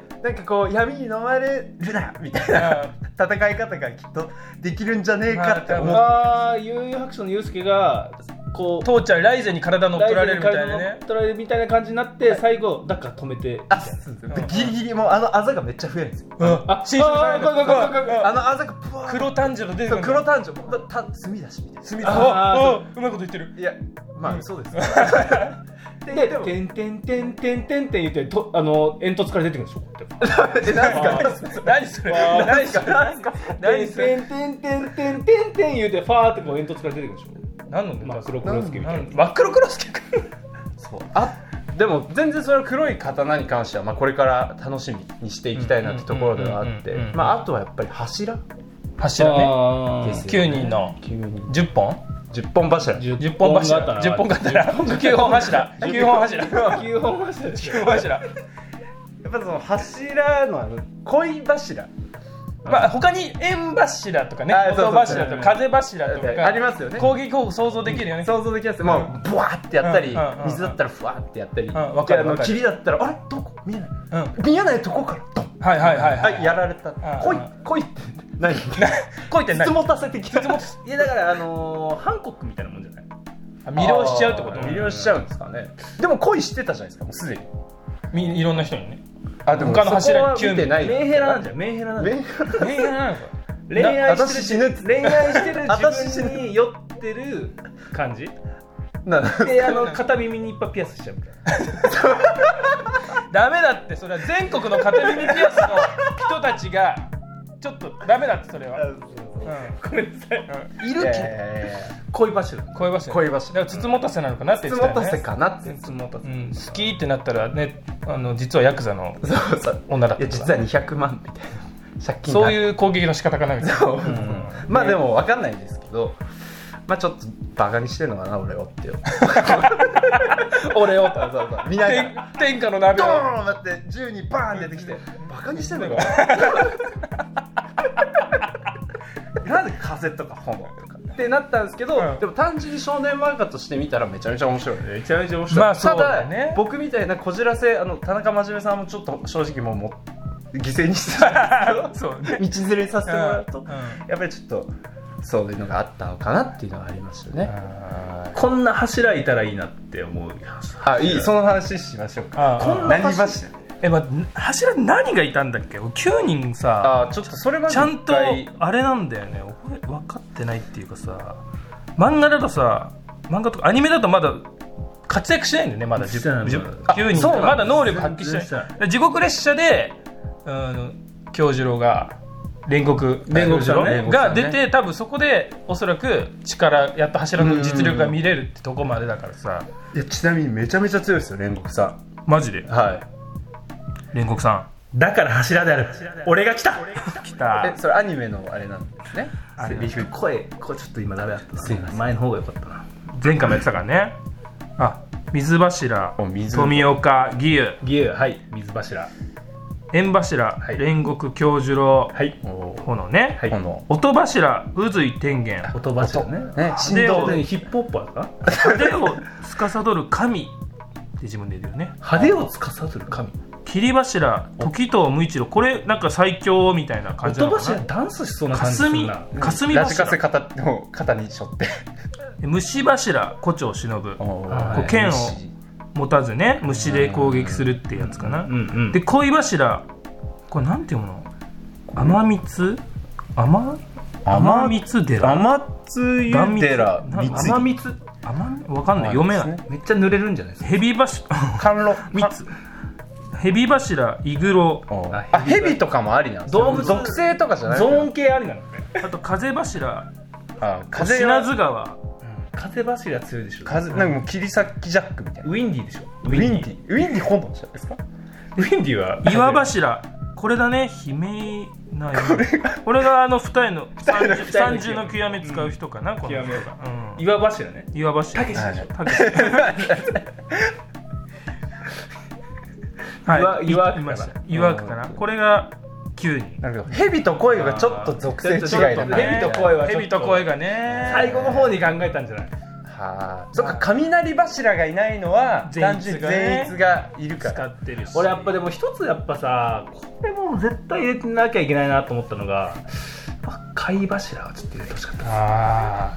B: こう闇に飲まれるなみたい [LAUGHS] な戦い方がきっとできるんじゃねえかって思う
A: ああ悠々白書のユうスケがこう
C: 父ちゃんライゼに体乗っ取られるみたいなね
A: 取られるみたいな感じになって最後だから止めて
B: あそうそうでギリギリもうあのあざがめっちゃ増えるんですよ
C: あ新種される
A: あー怖い怖い怖い怖い
B: あのあざがブワーッ
C: 黒炭治郎出てくる
B: そうん
C: だ
B: 黒炭治郎もうた炭だしみたいな
C: 炭
A: あー
C: ああうまいこと言ってる
B: いやまあ嘘ですよで
A: で
B: で
A: 「
B: も
A: てんてんてんてんてんてん」言ってとあの煙突から出てくるんでしょこうやって
B: えなんですか
C: 何それ
A: わー
C: 何それ何そ
A: て
C: れ
A: んてんてんてんてんてん言うてファーってこう煙突から出てくるんでしょ
C: 何のネ
A: 真
C: タ
A: っ黒黒助みたいな
C: 真っ黒黒助か
B: そうあでも全然その黒い刀に関しては、まあ、これから楽しみにしていきたいなってところではあっ
C: う
B: て
C: んうんうんうん
B: まああとはやっぱり柱
C: 柱ね
A: あ
B: ですよ
C: 9人の
B: 9人
C: 10本
B: 10本柱
C: 10本柱10本柱9本柱9本柱
A: 9本柱
C: 9本柱
B: やっぱその柱のあの恋柱
C: まあ他に縁柱とかね
B: あそうそう
C: 音柱とか風柱とか
B: ありますよね
C: 攻撃方法想像できるよね
B: 想像できますもうブワーってやったり
C: うんうんうんうん
B: 水だったらふわーってやったりで
C: んわかる
B: あの
C: わかる
B: 霧だったらあれどこ見えない
C: うんはい
B: 見えないとこからドン
C: はいはいは
B: はいいやられた
C: う
B: 恋
C: ん
B: 恋って [LAUGHS] 何
C: [LAUGHS] こいってない
B: 質問させてきた
C: 質問
B: いやだからあのーハンコックみたいなもんじゃない
C: あ魅了しちゃうってこと
B: あー魅了しちゃうんですかねでも恋してたじゃないですかもうすでに
C: みいろんな人にね
B: あで
C: 他の柱に
B: そこは見てない
A: メンヘラなんじゃんメンヘラなんじゃん
C: 恋愛なのか
A: 恋愛してる
B: 私死ぬ
A: 恋愛してる
B: 私死
A: 自
B: ぬ
A: 分に酔ってる感じ
B: な
A: であの片耳にいっぱいピアスしちゃうみたいな
C: ダメだってそれは全国の片耳ピアスの人たちがちょっとダメだってそれは、う
A: ごめんなさい
C: ん、い
B: い
C: る
B: やい
C: け
B: やいや
A: 恋柱
C: 恋柱
B: 恋柱
C: だから筒持たせなのかなって
B: 質
C: 言っ
B: 問
C: てたよ
B: 達
C: ね
B: 成かなって
A: つもた
C: う
A: つ
C: ん、好きってなったらねあの実はヤクザの
B: そうそう
C: 女だった
B: いや実は200万みたいな借金
C: そう
B: う
C: いう攻撃の仕方かなみたいな
B: そうまあでも分かんないですけどまあちょっとバカにしてるのかな俺を [LAUGHS] ってよ
C: 俺を
B: そうそうそうみんな
C: 天
B: が
C: 天下の鍋
B: ド
C: を
B: ーンだって銃に [LAUGHS] バーン出てきてバカにしてるのかななんでカセットか本とかってなったんですけど、
C: うん
B: でも単純に少年漫画として見たらめちゃめちゃ面白い
C: めちゃめちゃ面白い。
B: まあ、
C: そ
B: た
C: うだ
B: だ、
C: ね。
B: 僕みたいなこじらせあの田中真面目さんもちょっと正直もうもう犠牲にしてたんです
C: そう
B: け
C: ね。
B: ど道連れさせてもらうと、
C: うん
B: やっぱりちょっとそういうのがあったのかなっていうのはありましたね、
C: あ
A: こんな柱いたらいいなって思う
B: あいいその話しましょう
C: あ
B: か
A: こんな
B: 何
A: 話
B: 柱
C: え、ま柱に何がいたんだっけ ?9 人さ、
B: あちょっとそれまで
C: ちゃんと
B: 一回
C: あれなんだよね覚え分かってないっていうかさ漫画だとさ漫画とかアニメだとまだ活躍しないんだよねまだ
A: してない
C: 10 10
B: あ
C: 9人
B: そうなんだ
C: まだ能力発揮
A: 全然
C: し
A: しててな
C: ないい地獄列車でうん京次郎が煉獄
A: 煉獄さんね
C: 京次郎が出て多分そこでおそらく力やっと柱の実力が見れるってとこまでだからさ
B: いやちなみにめちゃめちゃ強いですよ煉獄さん
C: マジで
B: は
C: 煉獄さ
A: だから柱である俺が来た
C: ん来
B: い
C: た
B: えそれアニメのあれなんですね
A: セリフ声声ちょっと今ダメだったな
B: すいません
A: 前の方が良かったな
C: 前回もやってたからねあ水柱
B: お水
C: 富岡義勇
A: 牛はい水柱
C: 縁柱、
A: はい
C: 煉獄教授郎、
A: はい
C: 炎ね、
A: はい
B: 炎
C: 音柱渦井天元
A: 音柱ね
B: ね
A: で
B: 振動
A: 俺
B: で
A: ヒップホッパーか
C: 手を司る神って自分で言うよね
A: 派手を司る神
C: 切り柱時藤無一郎これなんか最強みたいな感じな
A: 音
C: のか
A: 柱
C: な
A: ダンスしそうな感じする
C: 霞
A: な
C: 霞
B: ラジカ
C: 柱
B: セ肩の肩に背負って
C: 虫柱胡蝶忍
B: [LAUGHS]
A: ー
B: はい
C: 剣を持たずね虫で攻撃するってやつかな、
A: うんうん
C: で恋柱これなんていうの雨光雨雨光寺
B: 天津ゆでら
C: 断蜜
B: 蜜
A: 雨蜜
C: 雨わかんない読めない
A: めっちゃ濡れるんじゃないですか
C: ヘビ柱
B: 甘露
C: 三つ [LAUGHS] ヘビ柱イグロ
A: あ
B: あ蛇とかもありなんですよ
A: 動物
B: 属性とかじゃない
A: ゾーン系ありなのね
C: あと風柱
B: あ風
C: 品
B: は
C: 津川
A: 風柱強いでしょ
B: 風なんかもう切り裂きジャックみたいな
A: ウィンディでしょ
B: ウィンディウィンディ本能じゃないですか
A: ウィンディは
C: 岩柱これだね姫なこれがこれがあの二重の三
A: の二
C: 重
A: 重の
C: 三重の極め使う人かな、この人が、うん、
A: 岩柱ね
C: 岩柱たけ
B: はい
C: はい
A: 岩岩
C: いました
A: かな
C: 岩区かなこれが九人
B: なるほど蛇と恋がちょっと属性違い
A: あ
B: だ
A: ーちょっとちょっと蛇と恋はちょっと
C: 蛇と恋がね
A: 最後の方に考えたんじゃない
B: はあそっか雷柱がいないのは
C: 前
B: 単
C: 逸
B: 純に
C: がね
B: 善逸がいるか
C: 使
B: ら
C: ってるし
A: 俺やっぱでも一つやっぱさこれも絶対入れてなきゃいけないなと思ったのがまあ貝柱はちょっと入れてほしかった
C: あ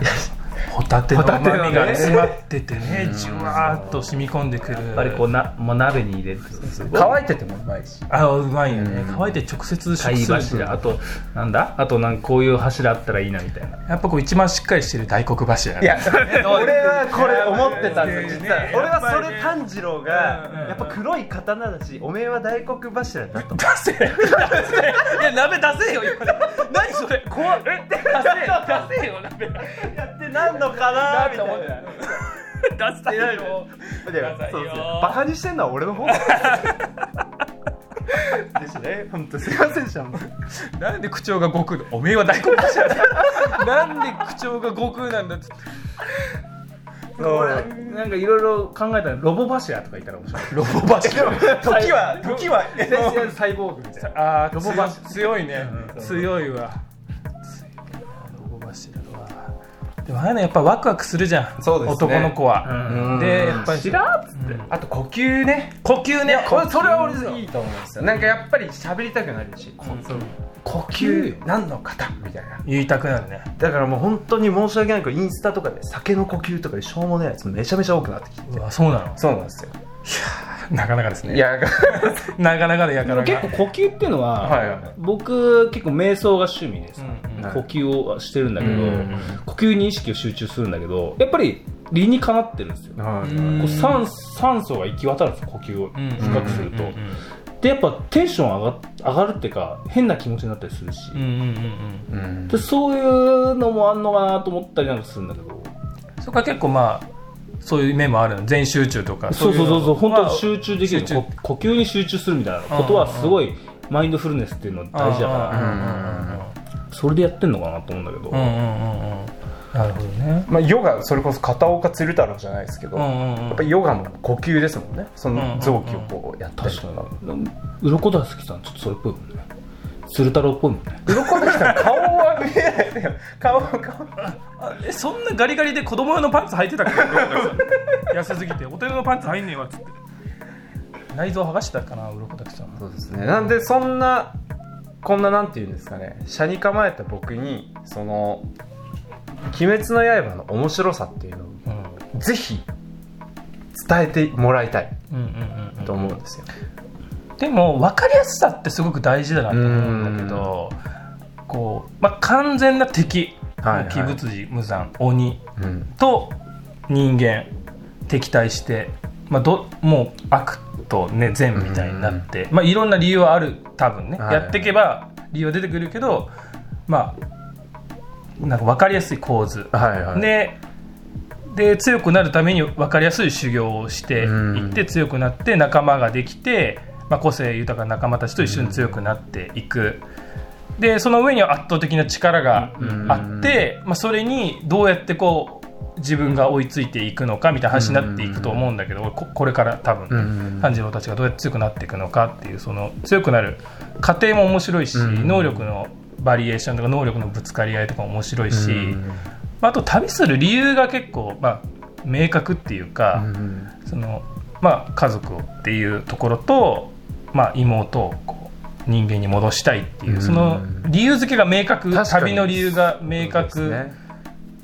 C: ホタテの
A: ホタテ
C: 旨
A: のね
C: 味が詰まっててねじゅわーっと染み込んでくる
A: やっぱりこうな、まあ、鍋に入れるすごい
B: 乾いててもうまいし
C: あうまいよね
B: うん
C: 乾いて直接食
A: 貝
C: する
A: 柱あとなんだあとなんかこういう柱あったらいいなみたいな
C: やっぱこう一番しっかりしてる大黒柱
B: いや俺はこれ思ってたん
C: いや
B: ですよ実
C: いや
B: はい
C: や
B: 俺はそ
C: やっぱりね
B: れ炭治郎
C: うんうんうん
B: がやっぱ黒い刀だしおめえは大黒柱だと
C: 出せ出せいや鍋出せよ今何それ怖っ出せ出せよ鍋出
B: やってなんのかなーみたいな
C: せたいよ
B: で
C: くださいよ
B: そうですよバカにしてんのは俺の方だですね本当すいませんでした本当
C: なんで口調が悟空だおめえは大黒柱だなんで口調が悟空なんだって
A: これなんかいろいろ考えたらロボ柱とかいたら面白い
C: ロボ柱
B: 時は時は
A: エセンシャルサイボーグみたいな
C: あー
A: ロボ
C: 強
A: 柱
C: 強いね、
A: うん
C: 強いわロボ柱はでもああいうのやっぱワクワクするじゃん
B: そうですね
C: 男の子は、
B: ん
C: でやっぱり
A: 知らんっつって、
B: あと呼吸ね
C: 呼吸ね
B: これそれは俺いいと思うんですよなんかやっぱり喋りたくなるし呼吸何の方みたいな
C: 言いたくなるね
B: だからもう本当に申し訳ないけどインスタとかで酒の呼吸とかでしょうもないやつめちゃめちゃ多くなってきて
C: うわそうなの
B: そうなんですよ
C: なかなかですね
B: いや
C: なかなかでや
A: で
C: か
A: も
C: ら
A: 結構呼吸っていうのは、
B: はいはいはい
A: 僕結構瞑想が趣味です、
C: うんうん
B: はい
A: 呼吸をしてるんだけど、
C: うん
A: 呼吸に意識を集中するんだけどやっぱり理にかなってるんですよ、
B: は
C: うん
A: こう酸酸素が行き渡るんですよ呼吸を
C: うん
A: 深くすると、
C: うん
A: でやっぱテンション上が上がるっていうか変な気持ちになったりするし、
C: うんうんうんうんうん
B: いうん
A: でそういうのもあんのかなと思ったりなんかするんだけど
C: そこは結構まあそういう面もあるの全集中とか
A: そうそうそうそう本当に
C: 中
A: 集中できる
C: 集中
A: こ呼吸に集中するみたいなことはすごいマインドフルネスっていうの大事だからそれでやってんのかなと思うんだけど、
C: うんうんうんうんなるほどね
B: まあヨガそれこそ片岡鶴太郎じゃないですけど
C: うん
B: や
C: うんうん
B: っぱりヨガも呼吸ですもんねその臓器をこうやったり
A: 確
B: と
A: か
B: か
A: に鱗田好きさんちょっとそれっぽいもんね鶴太郎っぽいもんね
B: 鱗から来たら顔は見えないよ顔顔
C: あえそんなガリガリで子供用のパンツ履いてたっけ [LAUGHS] 安すぎて大人のパンツ入んねえわっつって内臓剥がしてたかな鱗滝さん
B: そうですねなんでそんなこんななんて言うんですかね車に構えた僕にその「鬼滅の刃」の面白さっていうのを
C: うん
B: ぜひ伝えてもらいたい
C: うんうんうん
B: と思うんですよ、
C: でも分かりやすさってすごく大事だなと思うんだけどこう、まあ、完全な敵
B: はいはい
C: 鬼物児無惨鬼
B: うん
C: と人間敵対して、まあ、どもう悪と、ね、善みたいになって、まあ、いろんな理由はある多分ね、
B: はいはい
C: やっていけば理由は出てくるけどまあなんか分かりやすい構図、
B: はいはい
C: でで強くなるために分かりやすい修行をしていって、
B: うん
C: 強くなって仲間ができて、まあ、個性豊かな仲間たちと一緒に強くなっていく、でその上には圧倒的な力があって、まあ、それにどうやってこう自分が追いついていくのかみたいな話になっていくと思うんだけど、俺ここれから多分、
B: うん
C: 炭治郎たちがどうやって強くなっていくのかっていうその強くなる過程も面白いし、
B: うん
C: 能力のバリエーションとか能力のぶつかり合いとかも面白いし。
B: うん
C: まああと旅する理由が結構、まあ、明確っていうか、
B: うん
C: そのまあ、家族をっていうところと、まあ、妹をこう人間に戻したいっていう、
B: うん
C: その理由付けが明確
B: 確かに
C: 旅の理由が明
B: そう
C: 確
B: ですね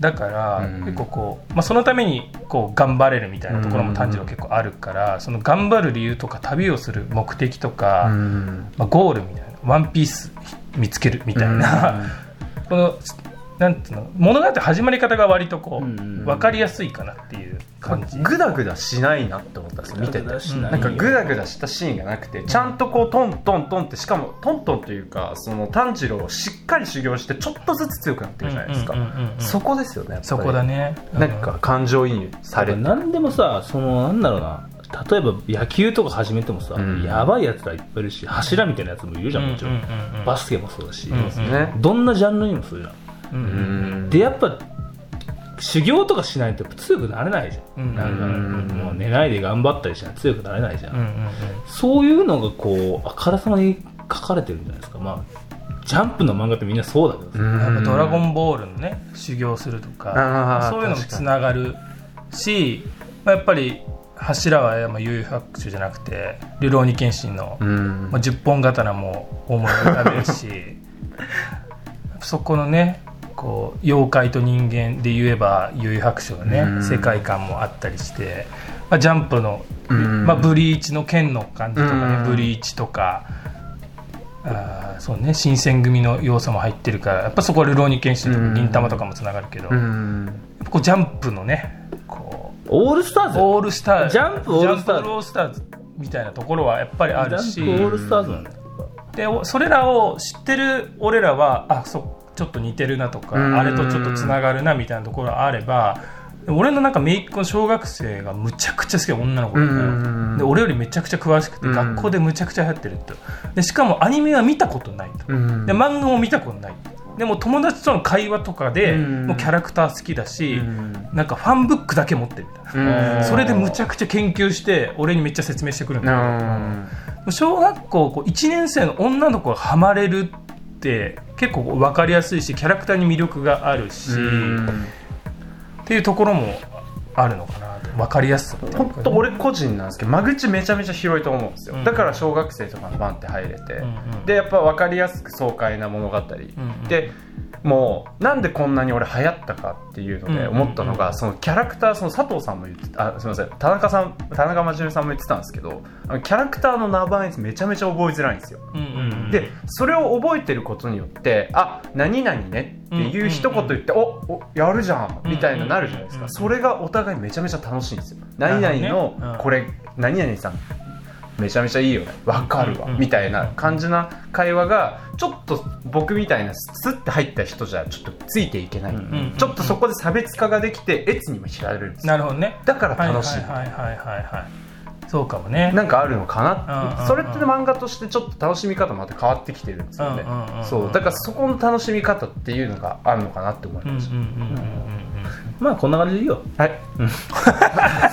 C: だから、
B: うん
C: 結構こう、まあ、そのためにこう頑張れるみたいなところも炭治郎結構あるから、その頑張る理由とか旅をする目的とか、
B: うん
C: まあ、ゴールみたいなワンピース見つけるみたいな、このなんていうの物語始まり方が割とこ
D: う
C: う、
D: んうん
C: 分かりやすいかなっていう感じ、
B: グダグダしないなって思ったんですよ見てて
C: な
B: なんん
C: か
B: か
C: グ
B: グダグダしたシーンがなくてちゃんとこうトントントンってしかもトントンというかその炭治郎をしっかり修行してちょっとずつ強くなってるじゃないですか、
C: うんうんうんうん
B: そこですよねやっぱり
C: そこだね
B: なんか感情移入されて
A: 何でもさそのなんだろうな例えば野球とか始めてもさ、
B: うん
A: やばいやつらいっぱいいるし柱みたいなやつもいるじ
C: う
A: ゃ
C: んうんん
A: もちろん,、
C: うん
A: バスケもそうだし、
C: うん
B: ですね、
A: どんなジャンルにもそうじゃん、
C: うん
B: う
A: でやっぱ修行とかしないとやっぱ強くなれないじゃん、
C: うん
A: なんか
B: うん
A: もう寝ないで頑張ったりしないと強くなれないじゃん、
C: うんうんうん
A: そういうのがこうあからさまに書かれてるんじゃないですかまあジャンプの漫画ってみんなそうだけどさ、
C: やっぱドラゴ
B: ン
C: ンボールのね修行すると
B: あ
C: か
B: ー
C: そういうのもつながるし、まあ、やっぱり柱はまあ悠々白書じゃなくて「流浪に剣心」の
B: うん
C: まあ、10本刀も思い浮かべる
A: [LAUGHS]
C: しそこのねこう妖怪と人間で言えば幽遊白書のね、
B: うん
C: 世界観もあったりして、まあ、ジャンプの、
B: うん
C: まあ、ブリーチの剣の感じとかね、
B: うん
C: ブリーチとかあーそうね新選組の要素も入ってるからやっぱそこは流浪に剣心とか
B: うん
C: 銀玉とかもつながるけど、
B: う
C: やっ
B: ん
C: ぱこうジャンプのねこう
A: オールスターズよ
C: オールスター
A: ジャンプオールスターズ
C: ジャンプオールスターズみたいなところはやっぱりあるし
A: ジャンプオールスターズなんだよ
C: でおそれらを知ってる俺らはあそちょっと似てるなとか
B: うん
C: あれとちょっとつながるなみたいなところがあれば俺のなんか姪っ子の小学生がむちゃくちゃ好きな女の子
B: う
C: で,、
B: ん
C: で俺よりめちゃくちゃ詳しくて
B: うん
C: 学校でむちゃくちゃ流行ってるとでしかもアニメは見たことないと、
B: うん
C: で漫画も見たことないでも友達との会話とかで、
B: うん
C: もうキャラクター好きだし、
B: うん
C: なんかファンブックだけ持ってるみたいな。
B: うん
C: それでむちゃくちゃ研究して俺にめっちゃ説明してくるん
B: う
C: だけど
B: ん
C: 小学校こう1年生の女の子がハマれるって結構分かりやすいしキャラクターに魅力があるし、
B: うん
C: っていうところもあるのかなと分かりやすさっていうかね
B: 本当俺個人なんですけど間口めちゃめちゃ広いと思うんですよ、
C: うん
B: だから小学生とかの番って入れて、
C: うんうん
B: でやっぱ分かりやすく爽快な物語、
C: うん
B: でもうなんでこんなに俺流行ったかっていうので思ったの
C: うん
B: が、
C: うんうん
B: そのキャラクターその佐藤さんも言ってたあすみません田中さん田中真面目さんも言ってたんですけどあのキャラクターの名前めちゃめちゃ覚えづらいんですよ、
C: うんうんうん
B: でそれを覚えてることによってあ何々ねっていう一言言って、おおやるじゃんみたいななるじゃないですか、
C: うんうんうん
B: それがお互いめちゃめちゃ楽しいんですよ
C: るほ
B: 何
C: どね
B: 々
C: うん
B: のこれ、何々さんめちゃめちゃいいよねわかるわ、
C: うんうん
B: みたいな感じな会話がちょっと僕みたいなスッて入った人じゃちょっとついていけない、
C: うんうん
B: ちょっとそこで差別化ができてエツにも惹かれるんですよ
C: なるほどね
B: だから楽しい、
C: はいはいはいはいはいそうかもね
B: なんかあるのか
C: うんうんう
B: な、
C: ん
B: それって漫画としてちょっと楽しみ方もまた変わってきてるんですよね、
C: うんうんうんうん
B: そうだからそこの楽しみ方っていうのがあるのかなって思い
C: うんう
B: ま
C: んうん
B: した、
C: うんうんうん
A: まあこんな感じでいいよ
B: はい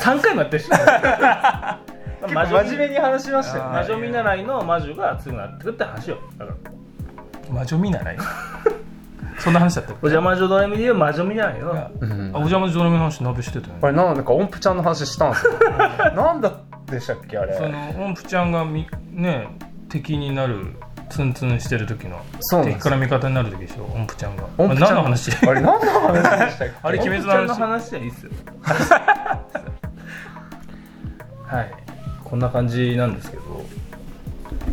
A: 3回もやってるし
B: [LAUGHS] 結構真面目に話しましたよね
A: 魔女見習いの魔女が強くなってくって話よだから
C: [LAUGHS] 魔女見習いそんな話だったっけ
A: お邪魔女ドラミで言う魔女みたい
C: い
A: な
C: や
B: うん
C: あお邪魔女の話鍋してたよね
B: あれなんだか音符ちゃんの話したんですよなんだでしたっけあれ
C: その音符ちゃんがみね敵になるツンツンしてる時の
B: そうなん
C: 敵
B: です
C: から味方になる時でしょ音符ちゃんが
B: 音符ちゃん
C: あ何の話 [LAUGHS]
B: あれ何の話でしたっけ
C: あれ鬼
A: 鬼
C: 滅
A: 滅
C: の
A: の
C: 話
A: 話はいいっ
B: [LAUGHS]
A: すよ
C: はい
A: こんな感じなんですけど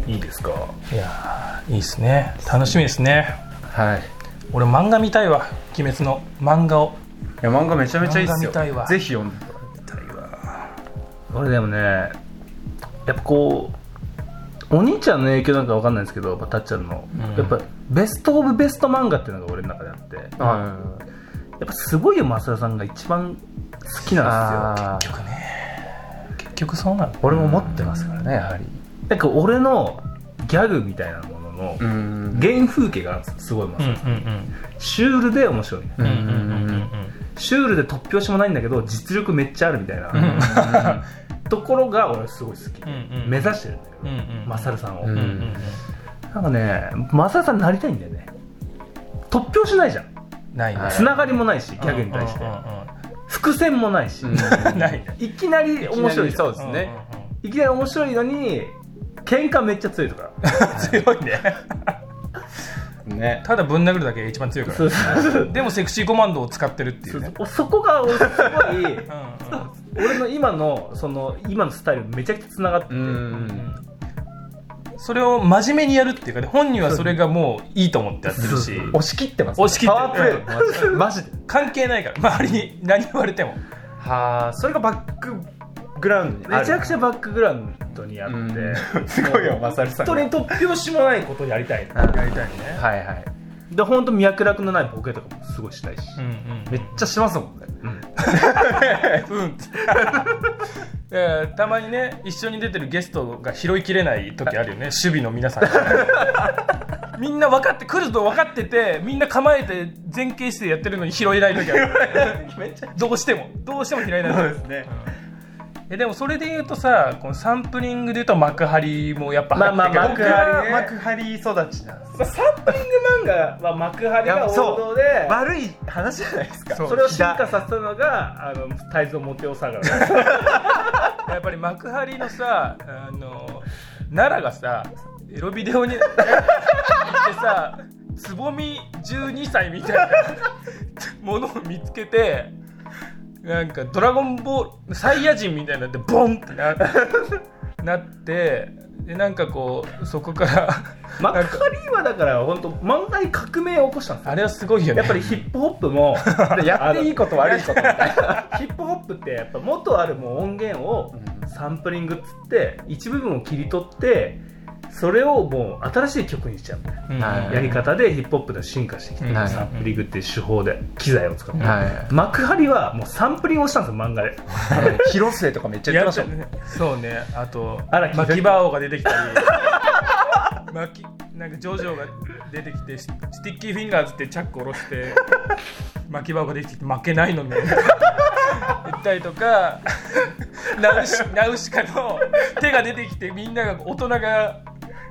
A: いいですか
C: いやーいいですね楽しみですね
B: はい
C: 俺漫画見たいわ鬼滅の漫画を
B: いや漫画めちゃめちゃいいっすよ
C: 漫画見たいわ
B: ぜひ読んでくださ
A: 俺でもねやっぱこうお兄ちゃんの影響なんかわかんないですけどやっぱたっちゃんの、
C: うん
A: やっぱベスト・オブ・ベスト漫画っていうのが俺の中であってや
B: いは
A: っぱすごいよ増田さんが一番好き
B: い
A: なんですよ
B: あー
C: 結局ね結局そうなの
B: 俺も持ってますからねやはり
A: なんか俺のギャグみたいなものの
B: うん
A: 原風景があるんですよすごい増田
C: うん
A: さ
C: うん
A: ん、シュールで面白い、
B: うん
C: うんうん
B: うん
C: うんうんうん
A: シュールで突拍子もないんだけど実力めっちゃあるみたいな、
C: うん
A: [LAUGHS] ところが俺すごい好きで、
C: うんうん
A: 目指してるんだけど、
C: うんうん
A: マサルさんを、
B: うん
C: うんうんうん
A: なんかねマサルさんになりたいんだよね突拍子ないじゃん
C: ないね
A: つながりもないしギャグに対して
C: うんうん
A: 伏線もないし、
C: うんうんないね
A: いきなり面白い
B: そう
A: で
B: ですね
A: いきなり面白いのに喧嘩めっちゃ強いとか
C: うんうん強いね
B: ね
C: ただぶん殴るだけが一番強い
A: [LAUGHS]
C: か
A: そう
C: ら
A: そうそう
C: でもセクシーコマンドを使ってるっていうね
A: そうそこが俺すごい
C: うんうん
A: 俺の今のその今のスタイルめちゃくちゃつながってて、
B: うん
C: それを真面目にやるっていうかね本人はそれがもういいと思ってやってるし
B: 押し切ってます
C: 押し切って
B: パワープレイだマジでマジで
C: 関係ないから周りに何言われても
B: はあそれがバックグラウンドにある
A: めちゃくちゃバックグラウンドにあって、
B: うん [LAUGHS] すごいよマサルさんが
A: 本当に突拍子もないことをやりたいの
B: うん
C: やりたいね
B: はいはい
A: で本当脈絡のないボケとかもすごいしたいし、
C: うん
B: めっちゃしますもんね
C: うんうんえーたまにね一緒に出てるゲストが拾いきれない時あるよね守備の皆さん
B: [LAUGHS]
C: がみんな分かって来ると分かっててみんな構えて前傾姿勢やってるのに拾えない時ある
B: [LAUGHS] めっちゃ
C: どうしてもどうしても拾えない時
B: そうですね
C: えでもそれで言うとさこのサンプリングで言うと幕張もやっぱ入ってく
A: まあ
C: る
A: まあ幕
B: 幕張
A: 張ね
B: 幕張育ちなんです
A: サンプリング漫画は幕張が王道で
B: 悪い話じゃないですか
C: そう
A: それを進化させたのがあの泰造モテオサガラ
C: やっぱり幕張のさあの奈良がさエロビデオに行ってさつぼみ12歳みたいなものを見つけてなんか「ドラゴンボール」サイヤ人みたいになってボンってななってでなんかこうそこから
A: [LAUGHS] 幕
C: なんか
A: 張はだから本当漫才革命を起こしたんですよ
C: あれはすごいよね
A: やっぱりヒップホップも
B: [LAUGHS] やっていいこと悪いことみたいな
A: あのヒップホップってやっぱ元あるもう音源をサンプリングっつって一部分を切り取ってそれをもう新しい曲にしちゃう
C: うん
A: やり方でヒップホップが進化してきて
C: はい
A: サンプリングっていう手法で機材を使って
B: は
A: 幕張はもうサンプリングをしたんですよ漫画で
B: い広末とかめっちゃ言ってましたもん
C: やっそうねあと
A: 荒木
C: 巻きバーオが出てきた [LAUGHS] り巻きなんかジョジョが出てきてススティッキーフィンガーズってチャック下ろして巻きバーオが出てきて負けないのね言ったりとかナウシナウシカの手が出てきてみんなが大人が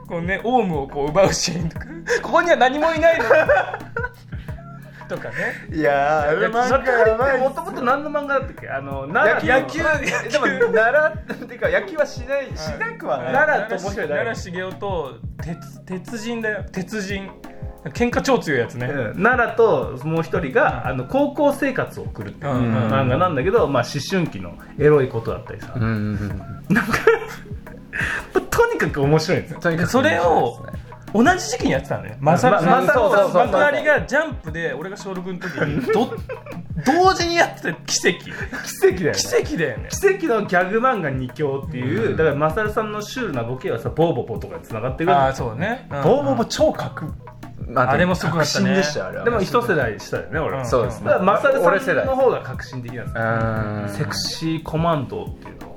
C: こうねオウムをこう奪うシーンとかここには何もいないのとかね
B: いやーあれ
A: 幕
B: 漫画やば
A: 張
B: い
A: ってもともと何の漫画だったっけあの
B: 野
A: 奈
B: 球
A: 良
B: 野
A: の
B: 球でも奈良っていうか野球はしないしなくはない
A: 奈良と面白いだよ
C: 奈良茂雄と鉄鉄人だよ鉄人喧嘩超強いやつね、
A: うん奈良ともう一人があの高校生活を送るっていう
C: うんうん
A: 漫画なんだけど、まあ、思春期のエロいことだったりさ、
B: うん
A: とにかく面白いんですよ
B: とにかく
C: それを同じ時期にやってたのねマサル
A: ま
C: さん
A: ま
C: と
A: そうそうそう
C: 幕張がジャンプで俺が小6の時にど同時にやってた奇跡
A: 奇跡だよ、ね、
C: 奇跡だよね
A: 奇跡のギャグ漫画2強っていう、だからマサルさんのシュールなボケはさボーボボとかに繋がってく
C: ああ
A: る
C: そうね、うん
B: ボーボーも超格
C: あれもすごかったね
B: 革新でしたよあれは
A: でも一世代したよね俺、
C: ん
A: は
B: そうで
A: だ
B: すね
A: からマサル
B: 俺
A: さ
B: 世代
A: んの方が革新的なんですよ、セ
B: うん
A: クシーコマンドっていうの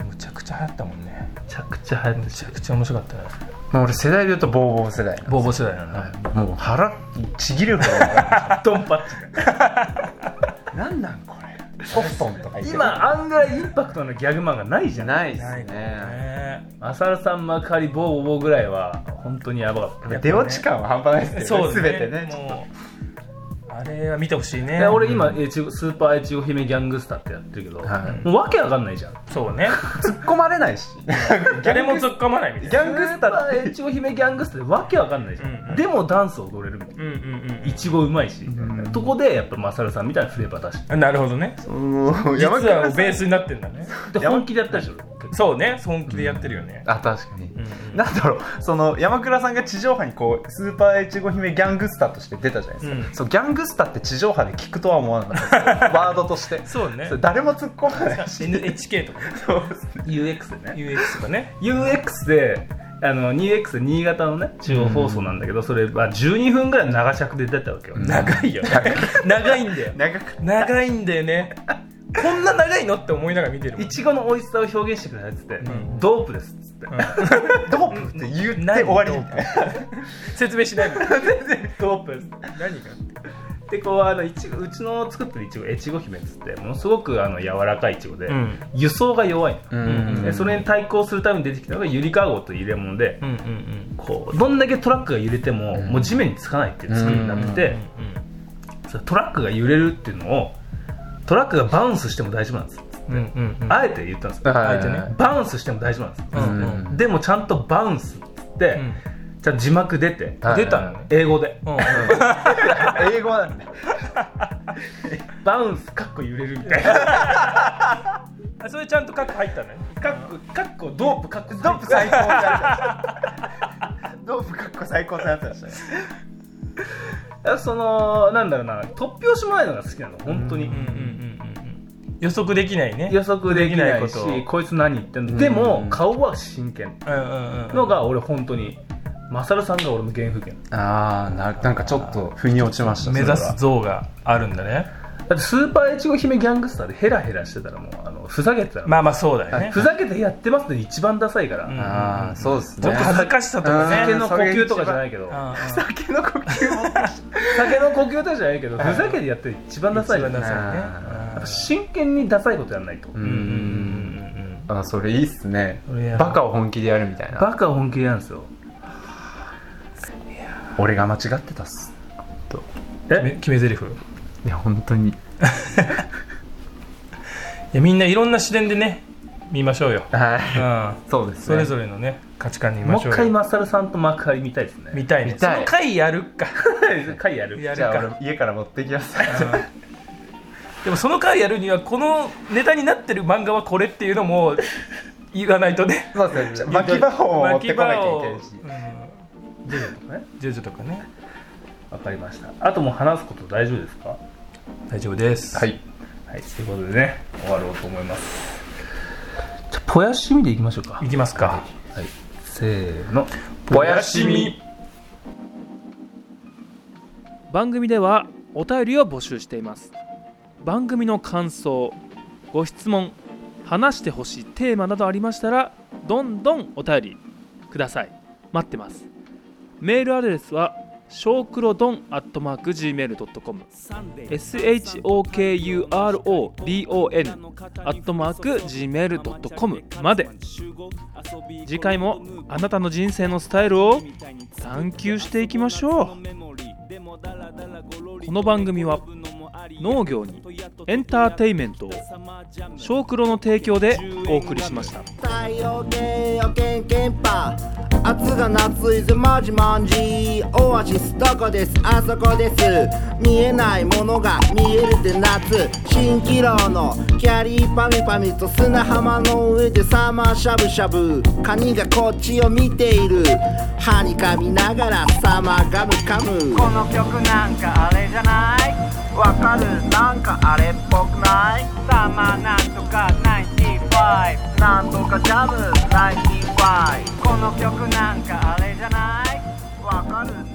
A: め
C: むちゃくちゃ流行ったもんね
A: ちゃくちゃ流行って
C: むちゃくちゃ面白かったね
B: もう俺世代で言うとボーボー世代
C: ボーボー世代なんだ、
B: もう腹ちぎるほど笑 [LAUGHS]
A: ドンパッチが
B: うなんなんこれコフトンとか言って
A: 今案外インパクトのギャグ漫画ないじゃん
B: ないで
C: ない
B: す
C: か
B: ね
C: ね
A: マサルさん、幕張、ボーボーボーぐらいは、本当にやばかった。
C: やっぱね
B: 出落ち感は半端ないですけ
C: そ
B: ど
C: う
B: ね、全てね。ちょっと
C: もうあれは見てほしいね
A: で俺今、越後スーパー越後姫ギャングスターってやってるけど、
B: はい
A: もうわけわかんないじゃん。
C: そうね
B: 突っ込まれないし。
C: 誰も突っ込まないみたい
B: ギ
C: な
B: ャングスター
A: スーパー越後姫ギャングスターってわけわかんないじゃん。
C: うんうん
A: でもダンス踊れるみたいな。
C: うんうん
A: いちごうまいし、
B: ん
A: そこでやっぱマサルさんみたいなフレーバー出して
C: うんなるほどね実
B: 山
C: は
B: 倉さ
C: ベ
B: ん
C: ースになってんだね
A: で本気でやったでしょ結
C: そうね本気でやってるよね、
B: あ、確かに。
C: うんうん
B: なんだろう、その山倉さんが地上波にこう、スーパー越後姫ギャングスターとして出たじゃないですか。
C: うん
B: そうギャングスターって地上波で聞くとは思わなかったですワードとして。
C: そうね
B: それ誰も突っ込まないし。
C: NHK とかね
B: そうですね
A: 構 UX でね
C: UX とかね
A: UX であの 2X 新潟のね中央放送なんだけど、それは12分ぐらい長尺で出たわけよ、
B: うん
C: 長いよね長いんだよ
B: 長く
C: 長いんだよねこんな長いのって思いながら見てるもん
A: いちごの美味しさを表現してくださいっつって、
C: ん
A: ドープですっつって、
B: ドープって言っ
C: 何
B: て終わりみたいな。
C: 説明しないもん
A: ドープです
C: 何が
A: でこうあのいちごうちの作ってるいちご越後姫っつってものすごくあの柔らかいいちごで、
C: うん
A: 輸送が弱いの、
C: ん
A: でそれに対抗するために出てきたのがゆりかごと入れ物で、
C: [LAUGHS] うんうんうん
A: こうどんだけトラックが揺れても、
B: ん
A: もう地面につかないっていう作りになってて、そのトラックが揺れるっていうのをトラックがバウンスしても大丈夫なんです
C: うんうんうんうん
A: あえて言ったんですよ、
B: はい
A: あえて
B: はい
A: ねバウンスしても大丈夫なんです、
C: うんうん
B: うん
A: でもちゃんとバウンスって言って、
C: うん
A: ちゃんと字幕出て、
B: はい
A: 出たのね英語で
C: うん
B: 英語なんで。
A: バウンスかっこ揺れるみたいな
C: あそれちゃんとカッコ入ったね
A: かっこかっこドープかっこ
B: ドープ最高ってやつ。ドープかっこ最高ってやつでしたね。
A: そのなんだろうな突拍子もないのが好きなの本当に、
C: うんうんうんうんうん予測できないね
A: 予測できない
C: で
A: し
C: きないこと
A: こいつ何言ってんのでも
B: うん
A: 顔は真剣
C: うんうんうん
A: のが俺本当にマサルさんが俺の原風景なの
B: ああ、なんかちょっと腑に落ちました。
C: 目指す像があるんだね
A: だってスーパー越後姫ギャングスターでヘラヘラしてたらもうあのふざけてたら、
C: まあまあそうだよね
A: ふざけてやってますって一番ダサいから、
C: うん
B: ああ、そうです
C: ちょ
B: ね。
C: っと恥ずかしさとかね
A: 酒の呼吸とかじゃないけど
C: うんうん
B: 酒の呼吸も。
A: 酒の呼吸とかじゃないけどふざけてやってる一番ダサいから
C: 一番ダサいね
A: やっぱ真剣にダサいことやんないと、
C: うんうんうん
B: あそれいいっすね
C: それや
B: バカを本気でやるみたいな
A: バカは本気なんですよ
B: 俺が間違ってたっす
C: うんうん
A: え
C: 決め台詞い
B: いや本当に
C: やみんないろんな視点でね見ましょうよう
B: は
C: ん
B: いそうです、ね、
C: それぞれのね価値観に見ま
A: もう
C: しょ
A: 一
C: うよ
A: 回マサルさんと幕張見たいですね
C: 見たいね
B: 見たい
C: その回やるか
A: 回やる
C: やる
B: じゃ
C: か
B: あ俺家から持ってきます
C: でもその回やるにはこのネタになってる漫画はこれっていうのも言わないとね
B: そうですね巻き場を持ってこなきゃいけないし
C: 巻き場を
A: 出るとかね
C: うんジェジュとかね
A: わかりましたあともう話すこと大丈夫ですか
C: 大丈夫です
B: はい
A: はいということでね終わろうと思いますじゃあぽやしみでいきましょうか
C: いきますか
A: はい、せーの
B: ぼやしみ
D: 番組ではお便りを募集しています番組の感想ご質問話してほしいテーマなどありましたらどんどんお便りください待ってますメールアドレスはショークロドンアットマーク Gmail.com SHOKURODON アットマーク Gmail.com まで次回もあなたの人生のスタイルを探求していきましょうこの番組は農業にエンターテインメントを「小黒の提供」でお送りしました。
E: 太陽でよけんけんぱ暑が夏いぜマジマンジオアシスどこですあそこです見えないものが見えるって夏蜃気楼のキャリーパミパミと砂浜の上でサーマーしゃぶしゃぶカニがこっちを見ている歯にかみながらサーマーガムカム
F: この曲なんかあれじゃないわかるなんかあれっぽくないサマーなんとか95なんとかジャム95この曲なんかあれじゃないわかる